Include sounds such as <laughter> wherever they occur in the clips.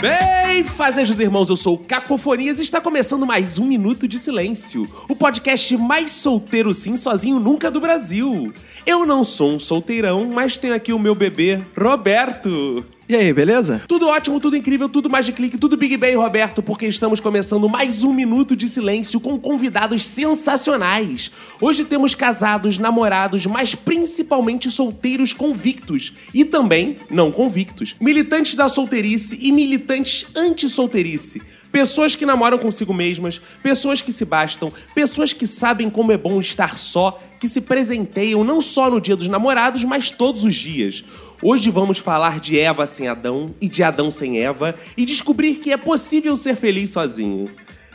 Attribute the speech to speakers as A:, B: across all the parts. A: Bem, fazejos irmãos, eu sou o Cacofonias e está começando mais um Minuto de Silêncio, o podcast mais solteiro sim, sozinho nunca do Brasil. Eu não sou um solteirão, mas tenho aqui o meu bebê, Roberto.
B: E aí, beleza?
A: Tudo ótimo, tudo incrível, tudo mais de clique, tudo Big Bang, Roberto, porque estamos começando mais um Minuto de Silêncio com convidados sensacionais. Hoje temos casados, namorados, mas principalmente solteiros convictos e também não convictos. Militantes da solteirice e militantes anti-solteirice. Pessoas que namoram consigo mesmas, pessoas que se bastam, pessoas que sabem como é bom estar só, que se presenteiam não só no dia dos namorados, mas todos os dias. Hoje vamos falar de Eva sem Adão e de Adão sem Eva e descobrir que é possível ser feliz sozinho.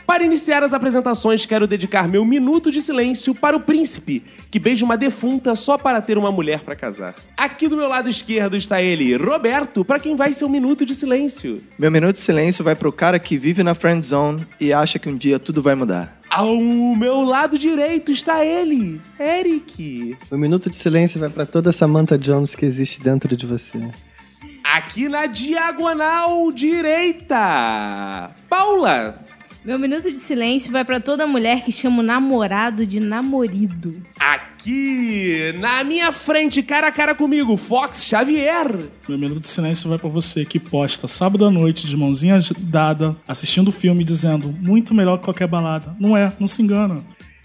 A: Para iniciar as apresentações, quero dedicar meu minuto de silêncio para o príncipe, que beija uma defunta só para ter uma mulher para casar. Aqui do meu lado esquerdo está ele, Roberto, para quem vai ser um minuto de silêncio.
B: Meu minuto de silêncio vai pro cara que vive na friend zone e acha que um dia tudo vai mudar.
A: Ao meu lado direito está ele, Eric.
C: O minuto de silêncio vai pra toda essa manta Jones que existe dentro de você.
A: Aqui na diagonal direita, Paula.
D: Meu minuto de silêncio vai pra toda mulher que chama o namorado de namorido.
A: Aqui na minha frente, cara a cara comigo, Fox Xavier.
E: Meu minuto de silêncio vai pra você que posta sábado à noite de mãozinha dada, assistindo o filme dizendo muito melhor que qualquer balada. Não é, não se engana.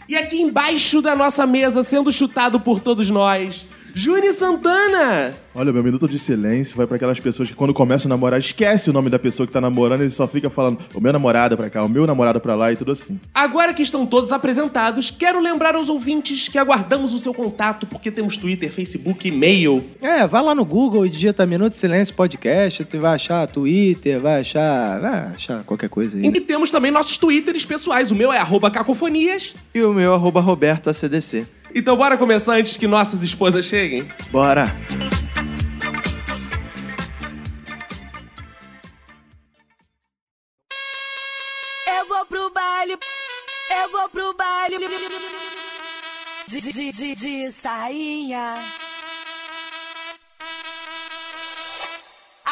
A: E aqui embaixo da nossa mesa, sendo chutado por todos nós, Juni Santana!
F: Olha, meu minuto de silêncio vai pra aquelas pessoas que quando começam a namorar, esquece o nome da pessoa que tá namorando e só fica falando o meu namorado é pra cá, o meu namorado pra lá e tudo assim.
A: Agora que estão todos apresentados, quero lembrar aos ouvintes que aguardamos o seu contato porque temos Twitter, Facebook, e-mail.
B: É, vai lá no Google e digita Minuto de Silêncio Podcast, tu vai achar Twitter, vai achar. Vai achar qualquer coisa aí.
A: E temos também nossos Twitters pessoais. O meu é arroba cacofonias.
B: E o meu arroba Roberto ACDC.
A: Então bora começar antes que nossas esposas cheguem.
B: Bora!
G: Eu vou pro baile, eu vou pro baile de, de, de, de sainha.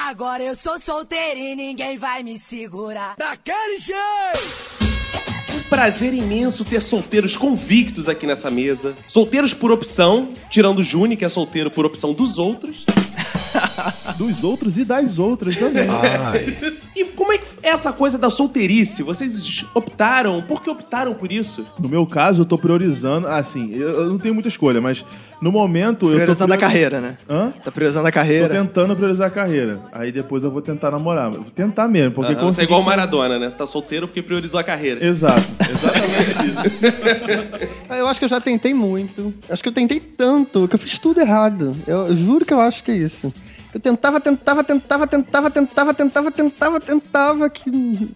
G: Agora eu sou solteira e ninguém vai me segurar. Daquele jeito!
A: Um prazer imenso ter solteiros convictos aqui nessa mesa. Solteiros por opção, tirando o Juni, que é solteiro por opção dos outros.
F: Dos outros e das outras também.
B: Ah.
A: E como é que é essa coisa da solteirice? Vocês optaram? Por que optaram por isso?
F: No meu caso, eu tô priorizando, assim, eu, eu não tenho muita escolha, mas no momento eu tô.
B: Priorizando a
F: priori-
B: carreira, né?
F: Hã?
B: Tá priorizando a
F: Tô
B: carreira.
F: tentando priorizar a carreira. Aí depois eu vou tentar namorar. Vou tentar mesmo, porque
A: Você
F: consegui...
A: é igual o Maradona, né? Tá solteiro porque priorizou a carreira.
F: Exato, exatamente isso.
C: Eu acho que eu já tentei muito. Acho que eu tentei tanto que eu fiz tudo errado. Eu eu juro que eu acho que é isso. Eu tentava, tentava, tentava, tentava, tentava, tentava, tentava, tentava, que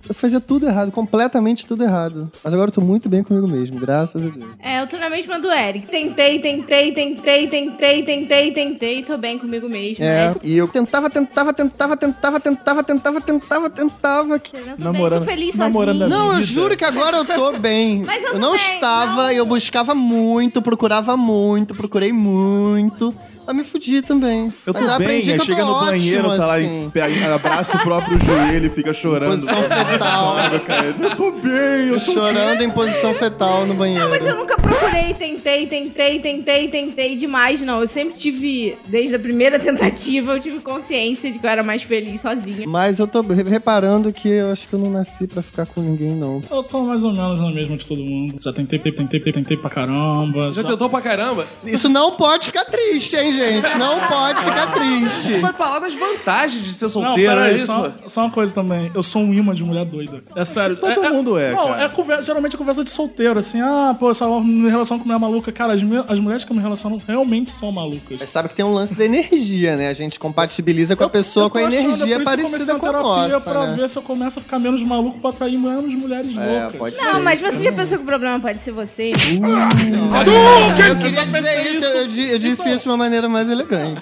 C: eu fazia tudo errado, completamente tudo errado. Mas agora eu tô muito bem comigo mesmo, graças a Deus.
D: É, eu tô na mesma do Eric. Tentei, tentei, tentei, tentei, tentei, tentei. Tô bem comigo mesmo. né?
C: É, e eu tentava, tentava, tentava, tentava, tentava, tentava, tentava, tentava, que
D: Eu tô bem,
F: Namorando-
D: tô feliz
F: namorando
D: sozinho.
F: a
C: Não, eu
F: vida.
C: juro que agora eu tô bem.
D: Mas eu tô
C: não
D: bem,
C: estava,
D: não.
C: eu buscava muito, procurava muito, procurei muito. Mas me fudi também.
F: Eu tô
C: Mas
F: bem,
C: aprendi
F: aí
C: que eu
F: chega
C: tô
F: no
C: ótimo,
F: banheiro, tá lá
C: assim.
F: e pega, abraça o próprio joelho e fica chorando.
C: Posição fetal.
F: Falando, cara, Eu tô bem, eu tô
C: assim. Chorando em posição fetal no banheiro.
D: Mas eu nunca procurei, tentei, tentei, tentei, tentei demais, não. Eu sempre tive, desde a primeira tentativa, eu tive consciência de que eu era mais feliz sozinha.
C: Mas eu tô re- reparando que eu acho que eu não nasci pra ficar com ninguém, não.
E: Eu tô mais ou menos na mesma de todo mundo. Já tentei, tentei, tentei, tentei pra caramba.
A: Já tentou pra caramba?
C: Isso não pode ficar triste, hein, gente. Não pode ficar
A: A gente
C: triste.
A: vai falar das vantagens de ser
E: Não,
A: solteiro,
E: peraí,
A: é isso?
E: só,
A: mano?
E: só uma coisa também. Eu sou um imã de mulher doida. É sério.
F: Todo mundo é,
E: Não,
F: cara.
E: é conversa, geralmente é conversa de solteiro, assim. Ah, pô, eu só me relaciono com mulher maluca. Cara, as, me- as mulheres que eu me relaciono realmente são malucas.
C: Mas sabe que tem um lance da energia, né? A gente compatibiliza com a
E: Eu-
C: pessoa
E: eu tô
C: com a
E: achando, é
C: energia
E: por isso que eu comecei
C: parecida
E: uma
C: com a
E: terapia Pra
C: nossa, né?
E: ver se eu começo a ficar menos maluco pra atrair menos mulheres
C: É,
E: loucas.
C: pode
D: Não,
C: ser.
D: mas você já pensou que o problema pode ser você?
C: Eu queria dizer isso, eu, di- eu disse isso de uma maneira mais elegante.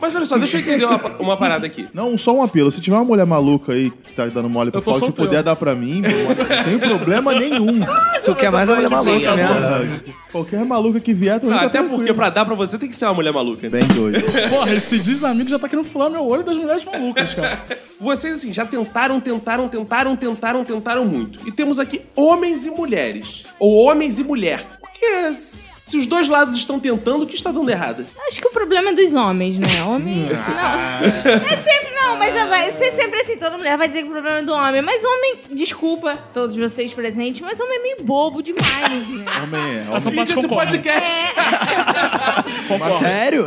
A: Mas olha só, deixa eu entender uma, uma parada aqui.
F: Não, só um apelo. Se tiver uma mulher maluca aí que tá dando mole pro
E: Eu tô
F: Fausto, se
E: solteiro.
F: puder dar pra mim, pô, não tem problema nenhum.
E: <laughs>
F: É,
H: Tu quer mais uma mulher
A: Sim,
H: maluca
A: amor.
H: mesmo.
F: Qualquer maluca que vier, tu
A: Ah,
F: fica
A: até
F: tá tranquilo.
A: porque pra dar pra você tem que ser uma mulher maluca.
F: Bem doido.
E: Porra, esse desamigo já tá querendo furar meu olho das mulheres malucas,
C: <laughs>
E: cara.
A: Vocês, assim, já tentaram, tentaram, tentaram, tentaram, tentaram muito. E temos aqui homens e mulheres. Ou homens e mulher. Porque se os dois lados estão tentando, o que está dando errado?
D: Acho que o problema é dos homens, né?
A: <laughs>
D: Homem.
A: Ah.
D: Não. É sempre, não, mas vai ser sempre assim. Toda mulher vai dizer que o problema é do homem. Mas homem, desculpa, todos vocês presentes, mas homem é meio bobo demais, né?
F: Homem é,
E: Essa
F: homem.
E: parte
A: Vídeo esse
E: concorda.
A: podcast.
C: é
H: Sério?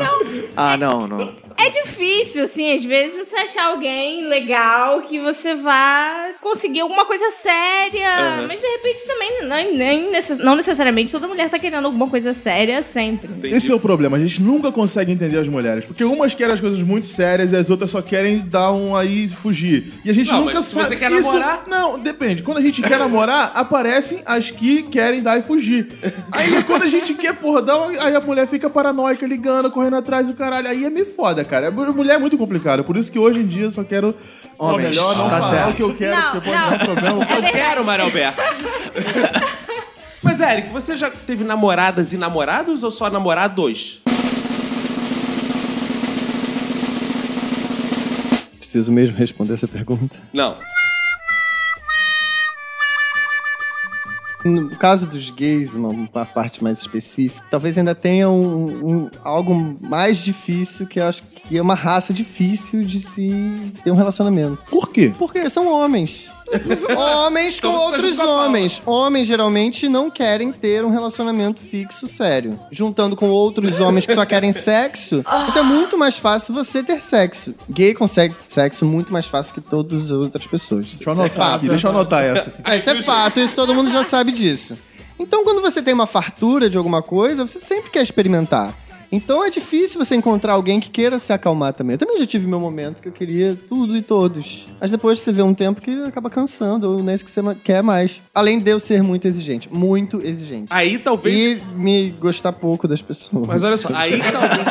H: Ah, não, não.
D: É difícil, assim, às vezes você achar alguém legal que você vá conseguir alguma coisa séria. Mas de repente também, não, é nem necess- não necessariamente toda mulher tá querendo alguma coisa séria sempre.
F: Esse é o problema, a gente nunca consegue entender as mulheres. Porque umas querem as coisas muito sérias e as outras só querem dar um aí e fugir. E a gente
A: Não,
F: nunca
A: mas se
F: sabe.
A: você quer
F: Isso-
A: namorar-
F: Não, depende. Quando a gente quer namorar, <laughs> aparecem as que querem dar e fugir. Aí quando a gente quer, porra, dar uma- aí a mulher fica paranoica, ligando, correndo atrás do caralho. Aí é meio foda, cara. A Mulher é muito complicada. Por isso que hoje em dia eu só quero. Ou
H: Homens,
F: melhor não
H: tá
F: falar
H: certo.
F: o que eu quero,
D: Não,
F: porque pode
D: não.
F: dar problema.
D: É
A: Eu
D: verdade.
A: quero, Mário Alberto. Mas, Eric, você já teve namoradas e namorados ou só namorados?
C: Preciso mesmo responder essa pergunta.
A: Não.
C: No caso dos gays, uma, uma parte mais específica, talvez ainda tenha um, um- algo mais difícil que eu acho que é uma raça difícil de se ter um relacionamento.
F: Por quê?
C: Porque são
A: <laughs>
C: homens. homens com
A: Então você tá
C: outros
A: junto com a Paula.
C: homens. Homens geralmente não querem ter um relacionamento fixo sério. Juntando com outros homens que só querem sexo, então é muito mais fácil você ter sexo. Gay consegue sexo muito mais fácil que todas as outras pessoas.
F: Deixa eu anotar aqui, deixa eu anotar essa.
C: Ah, isso é fato, isso todo mundo já sabe disso. Então, quando você tem uma fartura de alguma coisa, você sempre quer experimentar. Então é difícil você encontrar alguém que queira se acalmar também. Eu também já tive meu momento que eu queria tudo e todos. Mas depois você vê um tempo que acaba cansando, ou não é isso que você ma- quer mais. Além de eu ser muito exigente, muito exigente.
A: Aí Ah, talvez.
C: E me gostar pouco das pessoas.
A: Mas olha só, aí que talvez,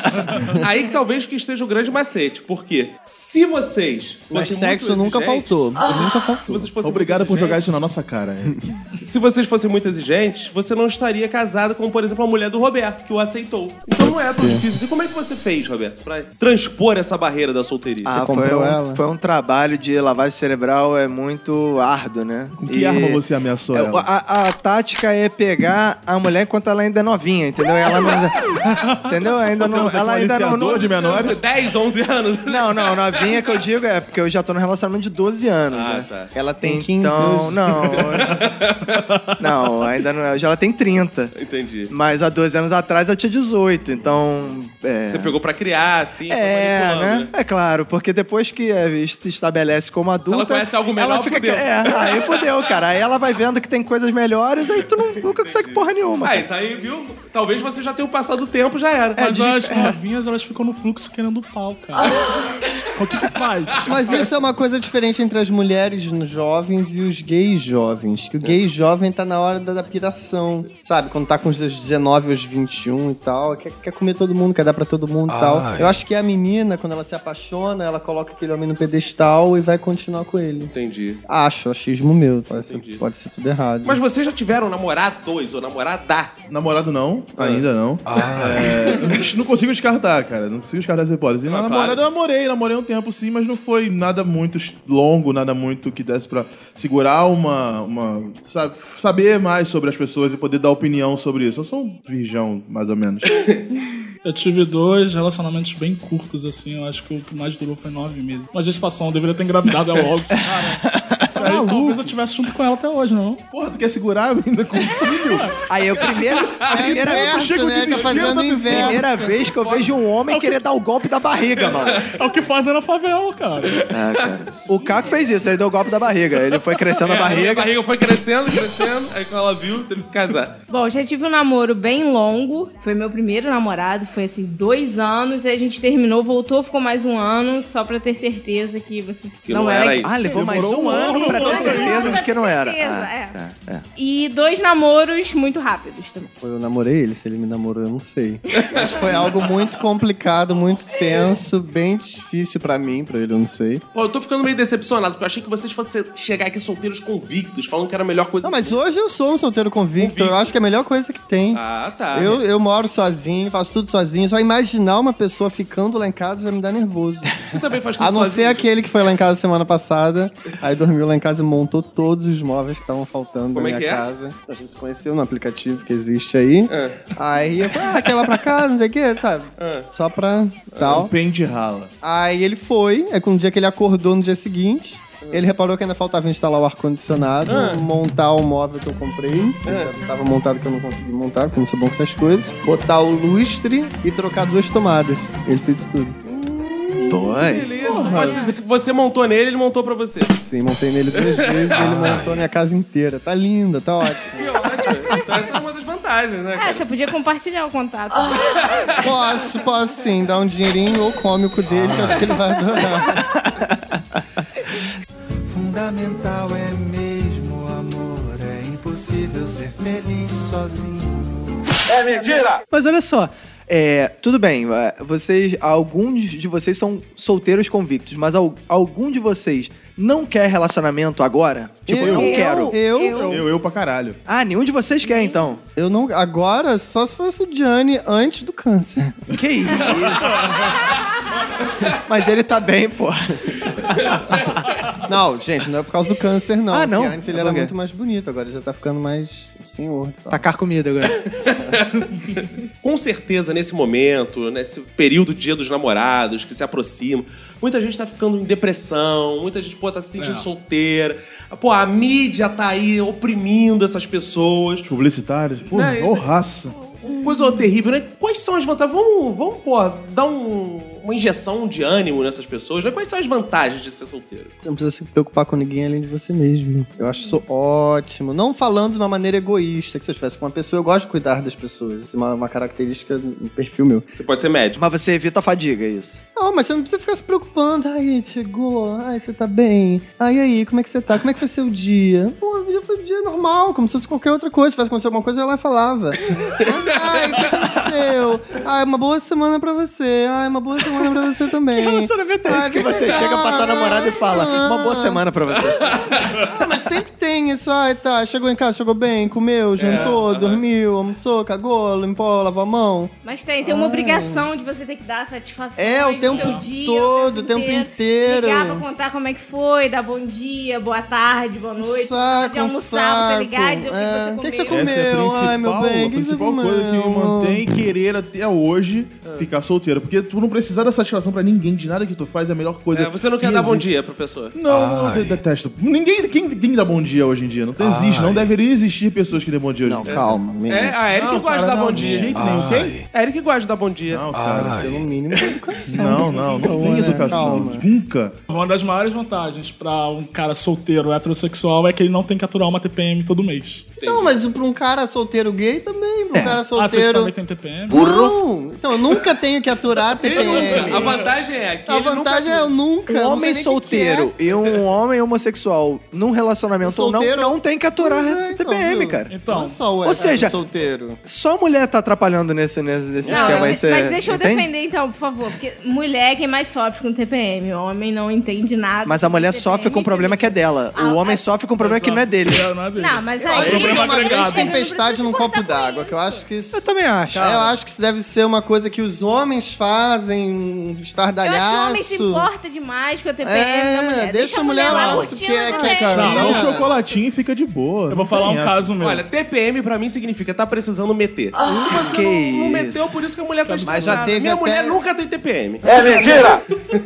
A: aí que talvez que esteja o grande macete. Por quê? Se vocês.
C: Mas
A: fossem
C: sexo
A: muito
C: nunca
A: exigentes-
C: faltou.
H: Ah,
C: Nunca
A: Se
C: faltou.
A: vocês fossem
F: Obrigado
A: muito
F: por jogar
A: exigentes-
F: isso na nossa cara.
A: Se vocês fossem muito exigentes, você não estaria casado com, por exemplo, a mulher do Roberto, que o aceitou. Então não é tão difícil. E como é que você fez, Roberto, pra transpor essa barreira da solteirice?
C: Você
H: Ah,
C: comprou
H: foi um,
C: ela?
H: foi um trabalho de lavagem cerebral, é muito árduo, né?
F: Com que
H: E-
F: arma você ameaçou
H: É,
F: ela?
H: A, a tática é pegar a mulher enquanto ela ainda é novinha, entendeu? Ela
F: <laughs>
H: não, entendeu? Ainda não,
F: Temos aqui
H: ela
F: um
H: ainda não,
F: aliciador
H: não,
F: de menores.
A: Você, 10, 11 anos.
H: <laughs> não, não, novinha que eu digo é porque eu já tô no relacionamento de 12 anos,
A: Ah,
H: né?
A: tá.
C: Ela tem 15
H: Então,
C: hoje.
H: não. Não, ainda não, já ela tem 30.
A: Entendi.
H: Mas há 12 anos atrás eu tinha 18, então é.
A: Você pegou pra criar, assim, foi
H: É,
A: manipulando,
H: né? É claro, porque depois que é, se estabelece como adulta.
A: ela conhece algo melhor,
H: ela fica,
A: fudeu.
H: É, aí fodeu, cara. Aí ela vai vendo que tem coisas melhores, aí tu não, nunca consegue porra nenhuma.
A: Aí, tá aí, viu? Talvez você já tenha passado o tempo, já era.
H: É,
E: Mas as novinhas, elas ficam no fluxo querendo pau, cara. o que que faz?
C: Mas isso é uma coisa diferente entre as mulheres jovens e os gays jovens. Que o gay jovem tá na hora da, da piração. Sabe? Quando tá com os 19 aos 21 e tal. Quer, quer comer todo mundo, quer dar pra todo mundo e tal. Eu acho que a menina, quando ela se apaixona, ela coloca aquele homem no pedestal e vai continuar com ele.
A: Entendi.
C: Acho, achismo meu. Pode,
A: Entendi.
C: ser, pode ser tudo errado.
A: Mas vocês já tiveram namorados ou namorada?
F: Namorado não, ainda não.
A: Ah.
F: É, não- não consigo descartar, cara. Não consigo descartar essa hipótese. E
A: Ah,
F: na namorada
A: claro.
F: eu namorei, namorei um tempo sim, mas não foi nada muito es- longo, nada muito que desse pra segurar uma. uma sa- saber mais sobre as pessoas e poder dar opinião sobre isso. Eu sou um virgão, mais ou menos.
E: Eu tive dois relacionamentos bem
C: <laughs>
E: curtos, assim. Eu acho que o que mais durou foi nove meses. Uma gestação, eu deveria ter engravidado, é óbvio. Cara,
C: Tá
E: Talvez eu tivesse junto com ela até hoje, não.
F: Porra, tu quer segurar a
A: <laughs>
F: menina com o filho?
C: Aí eu primeiro. <laughs> Primeira,
F: chega o
G: né? Tá
F: desespero
G: fazendo
F: da
G: o
F: pessoa.
G: inverno.
C: primeira vez que eu vejo um homem querer dar o golpe da barriga, mano.
E: É o que fazem na favela, cara.
C: O Caco fez isso, ele deu o golpe da barriga. Ele foi crescendo É, a
A: Minha
C: barriga.
A: barriga foi crescendo, crescendo. Aí quando ela viu, teve que casar.
D: Bom, já tive um namoro bem longo. Foi meu primeiro namorado, foi assim, dois anos. E a gente terminou, voltou, ficou mais um ano, só pra ter certeza que você
A: Que não era isso.
C: Ah, levou mais
E: Demorou
C: um
E: um
C: ano
E: ano
C: pra ter
E: pra
C: certeza de que não era.
D: certeza,
C: Ah,
D: é.
C: tá.
D: E dois namoros muito rápidos também.
G: Pô, Eu namorei ele, se ele me namorou, eu não sei. Mas foi algo muito complicado, muito tenso, bem difícil pra mim, pra ele, eu não sei.
A: Pô, eu tô ficando meio decepcionado, porque eu achei que vocês fossem chegar aqui solteiros convictos, falando que era a melhor coisa.
G: Não, mas hoje eu sou um solteiro convicto,
A: Convicto.
G: eu acho que é a melhor coisa que tem.
A: Ah, tá.
G: eu,
C: né?
G: eu moro sozinho, faço tudo sozinho. Só imaginar uma pessoa ficando lá em casa já me
C: <laughs>
G: dá nervoso.
A: Você também faz tudo
G: A não ser
A: sozinho.
G: aquele que foi lá em casa semana passada, aí dormiu lá em casa e montou todos os móveis que estavam faltando
A: Como é
G: na minha
A: que é?
G: casa. A gente se conheceu no aplicativo que existe aí.
A: É.
G: Aí eu falei, ah, quer ir lá pra casa, não sei o que, sabe?
A: É.
G: Só pra
F: Um
G: tal.
F: pente rala.
G: Aí ele foi, é com o dia que ele acordou no dia seguinte. Ele reparou que ainda faltava instalar o ar-condicionado, montar o móvel que eu comprei, que já tava montado que É, eu não consegui montar, porque eu não sou bom com essas coisas, botar o lustre e trocar duas tomadas. Ele fez isso tudo.
C: Dói.
A: Beleza. Mas Você, você montou nele, ele montou pra você.
G: Sim, montei nele <laughs> duas vezes e ele montou a minha casa inteira. Tá linda, tá ótimo.
A: Que ótimo. Então essa é uma das vantagens, né?
D: Ah,
A: cara?
D: você podia compartilhar o contato.
B: Ah,
G: Posso, posso sim, dar um dinheirinho ou cômico dele, que eu acho que ele vai adorar.
B: Fundamental é mesmo amor, é impossível ser feliz sozinho. É mentira! Mas olha só, é, tudo bem, é, vocês, alguns de vocês são solteiros convictos, mas al- algum de vocês não quer relacionamento agora? Tipo, eu, não quero.
G: Eu?
F: Eu, eu pra caralho.
C: Ah, nenhum de vocês quer então.
G: Eu não. Agora, só se fosse o Gianni antes do câncer.
C: Que isso? mas ele tá bem, pô.
G: Não, gente, não é por causa do câncer, não.
C: Ah, não?
G: Porque antes ele
C: É
G: era
C: por quê?
G: muito mais bonito, agora ele já tá ficando mais tá? senhor. e tal.
C: Tacar comida agora.
A: Com certeza, nesse momento, nesse período dia dos namorados que se aproxima, muita gente tá ficando em depressão, muita gente, pô, tá se sentindo solteira. Pô, a mídia tá aí oprimindo essas pessoas.
F: Os publicitários, porra,
A: Não,
F: ô
A: eu-
F: raça.
A: Coisa terrível, né? Quais são as vantagens? Vamos, vamos pô, dar um- uma injeção de ânimo nessas pessoas, né? Quais são as vantagens de ser solteiro?
G: Você não precisa se preocupar com ninguém além de você mesmo. Eu acho isso ótimo. Não falando de uma maneira egoísta, que se eu estivesse com uma pessoa, eu gosto de cuidar das pessoas. Isso é uma, uma característica, um perfil meu.
A: Você pode ser <laughs> médico.
C: Mas você evita a fadiga, é isso.
G: Não, Oh, mas você não precisa ficar se preocupando. Ai, chegou. Ai, você tá bem. Ai, aí, como é que você tá? Como é que foi seu dia? Pô, o dia foi um dia normal, como se fosse qualquer outra coisa. Se tivesse acontecido alguma coisa, eu ia lá
C: <laughs>
G: e falava. Ai, o que aconteceu? Ai, uma boa semana pra você. Ai, uma boa semana pra você também.
C: Que relacionamento é esse que você chega pra tua namorada e fala: Uma boa semana pra você.
G: Ah, mas sempre tem isso. Ai, tá, chegou em casa, chegou bem, comeu, jantou,
A: aham.
G: dormiu, almoçou, cagou, limpou, lavou a mão.
D: Mas tem, tem uma obrigação de você ter que dar satisfação.
G: Ah. É, o
D: durante
G: tempo
D: seu dia,
G: todo, o tempo inteiro.
D: Ligar pra contar como é que foi, dar bom dia, boa tarde, boa noite.
G: Saco,
D: de almoçar,
G: saco.
D: você ligar e dizer o que
G: É,
D: você
G: o que que
D: comeu.
G: você comeu?
F: Essa é a principal,
G: ai, meu bem,
F: a
G: que que você
F: principal coisa que
G: comeu?
F: mantém querer até hoje ficar solteiro. Porque tu não precisa dar satisfação pra ninguém, de nada que tu faz é a melhor coisa.
A: É, você não
F: que
A: quer dar bom
F: existe.
A: dia pra pessoa.
F: Não, eu detesto. Ninguém, quem, quem dá bom dia hoje em dia? Não existe, não deveria existir pessoas que dêem bom dia hoje em dia.
G: <laughs> Calma, menino.
A: É, a Eric
F: Não,
A: gosta de
F: cara,
A: dar
F: não,
A: bom
F: De
A: dia.
F: jeito nenhum. Quem?
A: A Eric gosta de dar bom dia.
F: Não, cara.
G: Pelo mínimo, educação.
F: Não, não, não tem
G: né?
F: educação.
G: Calma.
F: Nunca.
E: Uma das maiores vantagens pra um cara solteiro heterossexual é que ele não tem que aturar uma TPM todo mês.
G: Não, mas pra um cara solteiro gay também, pra um cara
E: Ah, vocês
G: solteiro.
E: também têm TPM?
G: Burro? Então, eu nunca tenho que aturar
A: Ele nunca. A
G: TPM.
A: vantagem é que
G: A
A: ele
G: vantagem
A: nunca...
G: é eu nunca.
C: Um
G: eu não
C: homem
G: sei nem o que que
C: solteiro e um homem homossexual num relacionamento
G: Solteiro-
C: ou não, não tem que aturar
G: Pois é, então,
C: TPM,
G: viu?
C: cara.
G: É.
E: Então,
G: Olha só o
C: Ou seja-
G: solteiro.
C: Só mulher tá atrapalhando nesse, nesse, nesse
D: Não,
C: esquema aí.
D: mas,
C: Cê,
D: mas deixa eu
C: entende?
D: defender então, por favor. Porque mulher é quem mais sofre com TPM. O homem não entende nada.
C: Mas a mulher
D: sobre
C: sofre com
D: TPM,
C: um problema que é dela.
D: Ah,
C: O homem
D: é-
C: sofre com um problema que não é dele.
E: Não, não é dele.
D: Não, mas
E: É
D: aí.
E: um problema
D: Mas a gente
E: agregado.
D: também não
G: Tempestade
D: precisa
G: num
D: se
G: copo
D: importar com
G: d'água,
D: isso.
G: que eu acho que isso.
C: Eu também acho.
G: eu acho que isso deve ser uma coisa que os os homens fazem um
D: Eu
G: estardalhaço.
D: acho que o homem se importa demais com a TPM
G: É,
D: da mulher.
G: deixa a mulher lá,
D: curtindo
G: isso que é-
D: a
G: que é,
D: TPM.
G: cara.
F: Dá um
G: É.
F: chocolatinho e fica de boa.
E: Eu vou falar um caso meu.
A: Olha, TPM pra mim significa tá precisando meter. Se você
G: que
A: não, não
G: isso.
A: meteu, por isso que a mulher tá
G: Mas já
A: estressada.
G: teve
A: Minha
G: até-
A: mulher nunca tem TPM.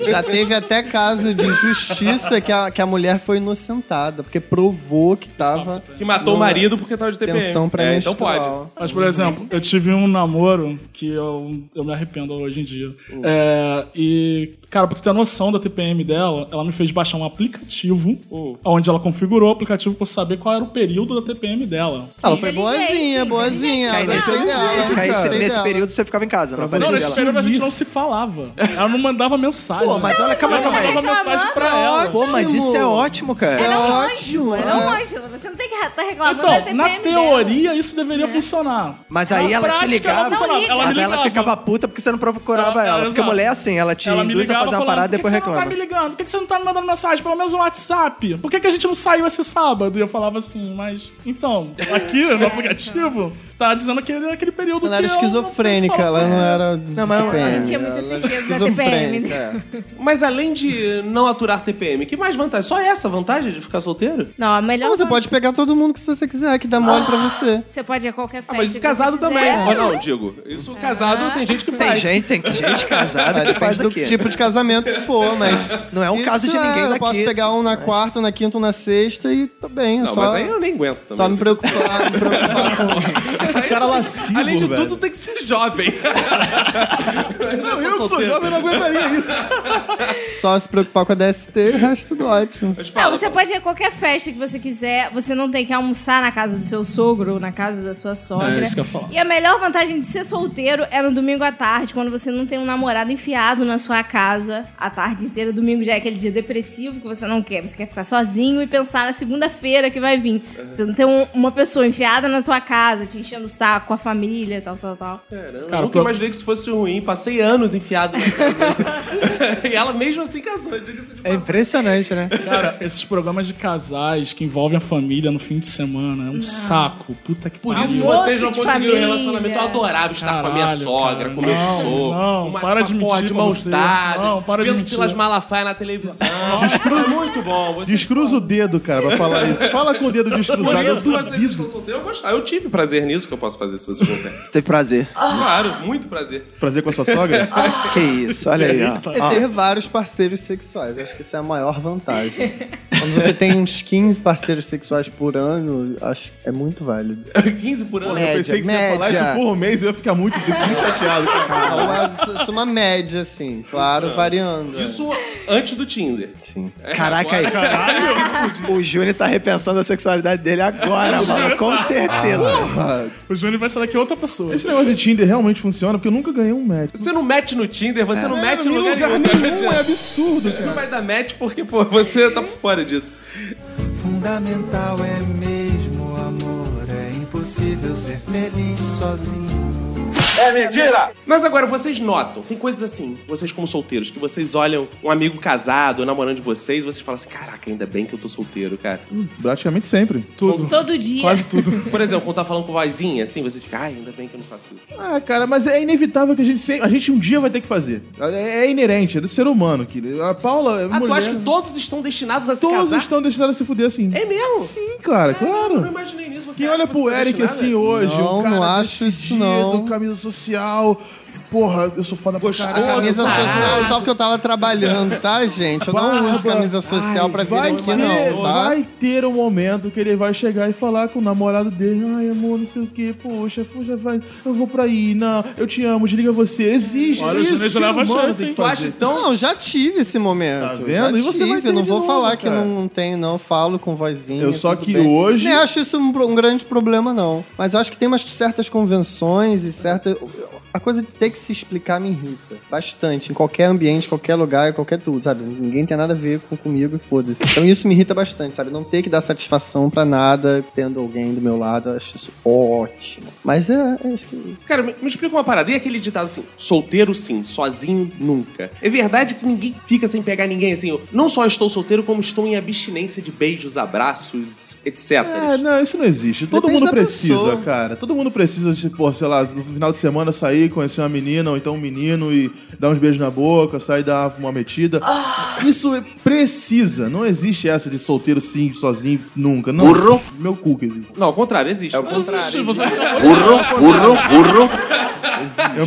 G: Já teve até caso de justiça que a, que a mulher foi inocentada, porque provou que tava.
A: Que matou o
G: numa
A: marido porque tava de TPM.
G: Tensão pra
A: é, então pode.
E: Mas, por exemplo, eu tive um namoro que eu, eu me arrependo hoje em dia.
C: Hum.
E: É, e, cara, pra tu ter noção da TPM dela, ela me fez baixar um aplicativo
C: Hum.
E: onde ela configurou o aplicativo pra eu saber qual era o período da TPM dela.
G: Ela foi
D: Inteligente,
G: boazinha, boazinha.
D: inteligente,
G: ela
D: não.
G: foi legal,
B: Fica aí,
G: cara.
B: cê- nesse
G: Legal.
B: período você ficava em casa, não
E: Não,
B: aparecia
E: nesse
B: lá.
E: período a gente não se falava. Ela não mandava mensagem.
C: Pô, mas olha, é calma,
E: ela
C: calma aí.
E: mandava mensagem pra ela.
C: Pô, mas isso é ótimo, cara.
D: Era um anjo, era
G: é.
D: um anjo. Você não tem que estar
A: Ah,
D: reclamando da
A: é
E: Então,
D: TPM
E: na teoria, isso deveria funcionar.
C: Mas aí
E: Na
C: ela te
E: prática,
C: ligava.
E: não funcionava. Ela
C: Mas
E: me
C: ela
E: ligava.
C: ficava puta porque você não procurava
E: Ela-
C: ela.
E: ela-
C: Porque a
E: exato.
C: mulher é assim, ela te
E: Ela me
C: induz a
E: ligava
C: fazer uma
E: falando,
C: parada e
E: por que
C: depois
E: que você não tá
C: reclama.
E: me ligando? Por que que você não tá me mandando mensagem? Pelo menos um WhatsApp. Por que, que a gente não saiu esse sábado? E eu falava assim, mas... Então, aqui no aplicativo, tá dizendo que era aquele período
G: Ela
E: que
G: era
E: eu não tenho que
G: esquizofrênica,
E: falar com
G: ela
E: você.
G: não era.
C: Não, mas-
G: TPM,
D: Ela tinha muita
G: ela era
D: certeza da
G: É, esquizofrênica,
D: TPM.
G: é.
A: Mas além de não aturar TPM, que mais vantagem? Só essa vantagem de ficar solteiro?
D: Não, a melhor.
G: Não, Então você pode pegar todo mundo que se você quiser, que dá mole pra você.
D: Você pode ir a qualquer festa.
A: Ah, mas isso
D: É, que
A: casado
D: você
A: também.
D: quiser.
A: Ou não, digo. Isso casado tem gente que
B: Tem
A: faz.
B: gente, tem gente casada que faz
G: Depende do
B: aqui.
G: tipo de casamento que for, mas.
C: Não é um caso de
G: Isso
C: ninguém
G: Eu posso
C: daqui.
G: pegar um na quarta, um na quinta, um na sexta e tá bem. é
A: Não,
G: só,
A: mas aí eu nem aguento também.
G: só me preocupar. me preocupar com-
F: cara lascivo,
A: Além de
F: velho.
A: tudo, tem que ser jovem. Não,
F: Eu que sou jovem não aguentaria isso.
G: só se preocupar com a DST e o resto tudo ótimo.
A: Mas fala,
D: Não, É, você pode ir a qualquer festa que você quiser. Você não tem que almoçar na casa do seu sogro ou na casa da sua sogra.
E: É isso que eu ia falar.
D: E a melhor vantagem de ser solteiro é no domingo à tarde, quando você não tem um namorado enfiado na sua casa a tarde inteira. Domingo já é aquele dia depressivo que você não quer. Você quer ficar sozinho e pensar na segunda-feira que vai vir. Você não tem um- uma pessoa enfiada na tua casa, te enchendo o saco com a família, tal, tal, tal.
A: Caramba,
E: Cara,
A: eu nunca
E: pro-
A: imaginei que isso fosse ruim. Passei anos enfiado. na casa. <laughs> e ela mesmo assim casou. diga-se de
G: É
A: passagem.
G: impressionante, né?
F: é.
E: Cara, esses programas de casais que envolvem a família no fim de semana é um saco. Puta que
A: Por
E: pariu.
A: isso que
D: Almoço
A: vocês não
D: de
A: conseguiram um
D: família.
A: relacionamento. Eu adorava estar com a minha
E: Caralho,
A: sogra,
E: cara.
A: com o meu
E: Não,
A: sogro.
E: não,
A: uma,
E: para
A: uma
E: de mentir
A: porra de
E: com
A: mãos
E: você.
A: dadas.
E: Não, para de
A: vendo
E: mentir.
A: Silas Malafaia na televisão. Foi muito bom. Vocês-
F: Descruza o dedo, cara, pra falar isso. Fala com o dedo
A: Por
F: descruzado.
A: isso que
F: eu
A: vocês
F: duvido.
A: estão solteiros, eu gostava. Eu tive prazer nisso que eu posso fazer se vocês não têm.
B: Você teve prazer.
D: Ah.
A: Claro, muito prazer.
D: <laughs>
F: Prazer com a sua <laughs> sogra?
B: Que isso, olha aí, ó.
G: É ter vários parceiros sexuais. Acho que essa é a maior vantagem. Quando você tem uns 15 parceiros sexuais por ano, acho que é muito válido.
A: 15 por ano.
F: eu pensei que você ia falar
G: média.
F: isso por um mês, eu ia ficar muito, <laughs> muito chateado.
G: É uma, isso é uma média, assim.
C: É.
G: Claro, variando.
A: Isso antes do Tinder.
C: Caraca aí. <laughs> O Júnior tá repensando a sexualidade dele agora, mano. Com certeza.
F: Porra,
E: O Júnior vai ser daqui é outra pessoa.
F: esse negócio de Tinder realmente funciona, porque eu nunca ganhei um match.
A: Você não mete no Tinder, você não mete
F: É. Em
A: no lugar,
F: nenhum, é absurdo,
A: Não
F: cara.
A: vai dar match porque, pô, você tá por fora disso.
B: Fundamental é mesmo amor, é impossível ser feliz sozinho.
A: Mas agora, vocês notam, tem coisas assim, vocês como solteiros, que vocês olham um amigo casado, um namorando de vocês, e vocês falam assim, caraca, ainda bem que eu tô solteiro, cara.
F: Praticamente sempre.
E: Tudo.
D: Todo dia.
E: Quase tudo.
A: Por exemplo, quando tá falando com vozinha, assim, você fica, ai, ainda bem que eu não faço isso.
F: Ah, cara, mas é inevitável que a gente sempre, a gente um dia vai ter que fazer. É, é inerente, é do ser humano, querido. A Paula, é
A: Ah,
F: mulher,
A: tu acha que todos estão destinados a se
F: todos
A: casar?
F: estão destinados a se fuder assim?
A: É mesmo?
F: Sim, cara,
A: Eu não
F: claro.
A: imaginei nisso. Você
F: Quem
A: acha
F: olha
A: que
F: pro
A: você tá
F: Eric
A: destinado?
F: assim hoje,
G: Não,
F: um cara
G: não acho isso, não.
F: camisa social, porra, eu sou foda pra
A: Gostoso,
F: caralho.
G: Camisa
A: Nossa,
G: social,
A: caraca.
G: só porque eu tava trabalhando, tá, gente? Eu não
F: Barba.
G: uso camisa social pra vir
F: Vai
G: aqui,
F: ter,
G: não, tá?
F: vai ter um momento que ele vai chegar e falar com o namorado dele: Ai, amor, não sei o que, poxa, poxa, vai, eu vou pra aí, não, eu te amo, desliga você. Exige
E: Olha, o
F: isso,
E: Júnior já lava
F: mano,
E: jeito,
F: tem
E: hein?
F: que
A: Tu acha
F: fazer.
A: então...
G: Não, já tive esse momento.
F: Tá vendo?
G: Já
F: E você vai
G: tive,
F: ter
G: eu não
F: de
G: vou
F: novo,
G: falar que
F: cara.
G: não, não tenho, não. Falo com vozinha.
F: Eu só
G: tudo
F: que
G: bem.
F: hoje-
G: Nem acho isso um, pro- um grande problema, não. Mas eu acho que tem umas certas convenções e certa. A coisa de ter que se explicar me irrita bastante. Em qualquer ambiente, qualquer lugar, qualquer tudo, sabe? Ninguém tem nada a ver com comigo e foda-se. Então isso me irrita bastante, sabe? Não ter que dar satisfação pra nada tendo alguém do meu lado. Eu acho isso ótimo. Mas é. é acho que...
A: Cara, me, me explica uma parada. E aquele ditado assim, solteiro sim, sozinho nunca. É verdade que ninguém fica sem pegar ninguém assim. Eu não só estou solteiro, como estou em abstinência de beijos, abraços, etc.
F: É, não, isso não existe. Todo
G: Depende
F: mundo
G: da
F: precisa,
G: pessoa.
F: cara. Todo mundo precisa de, pô, sei lá, no final de semana sair, conhecer uma menina ou então um menino e dá uns beijos na boca, sai e dá uma metida.
C: Ah!
F: Isso é- precisa. Não existe essa de solteiro sim, sozinho, nunca. Não.
I: Burro.
F: Meu cu que existe.
A: Não, ao contrário, existe.
F: É o contrário.
E: Existe, você acabou de
I: Burro,
E: falar.
I: burro, burro.
F: Eu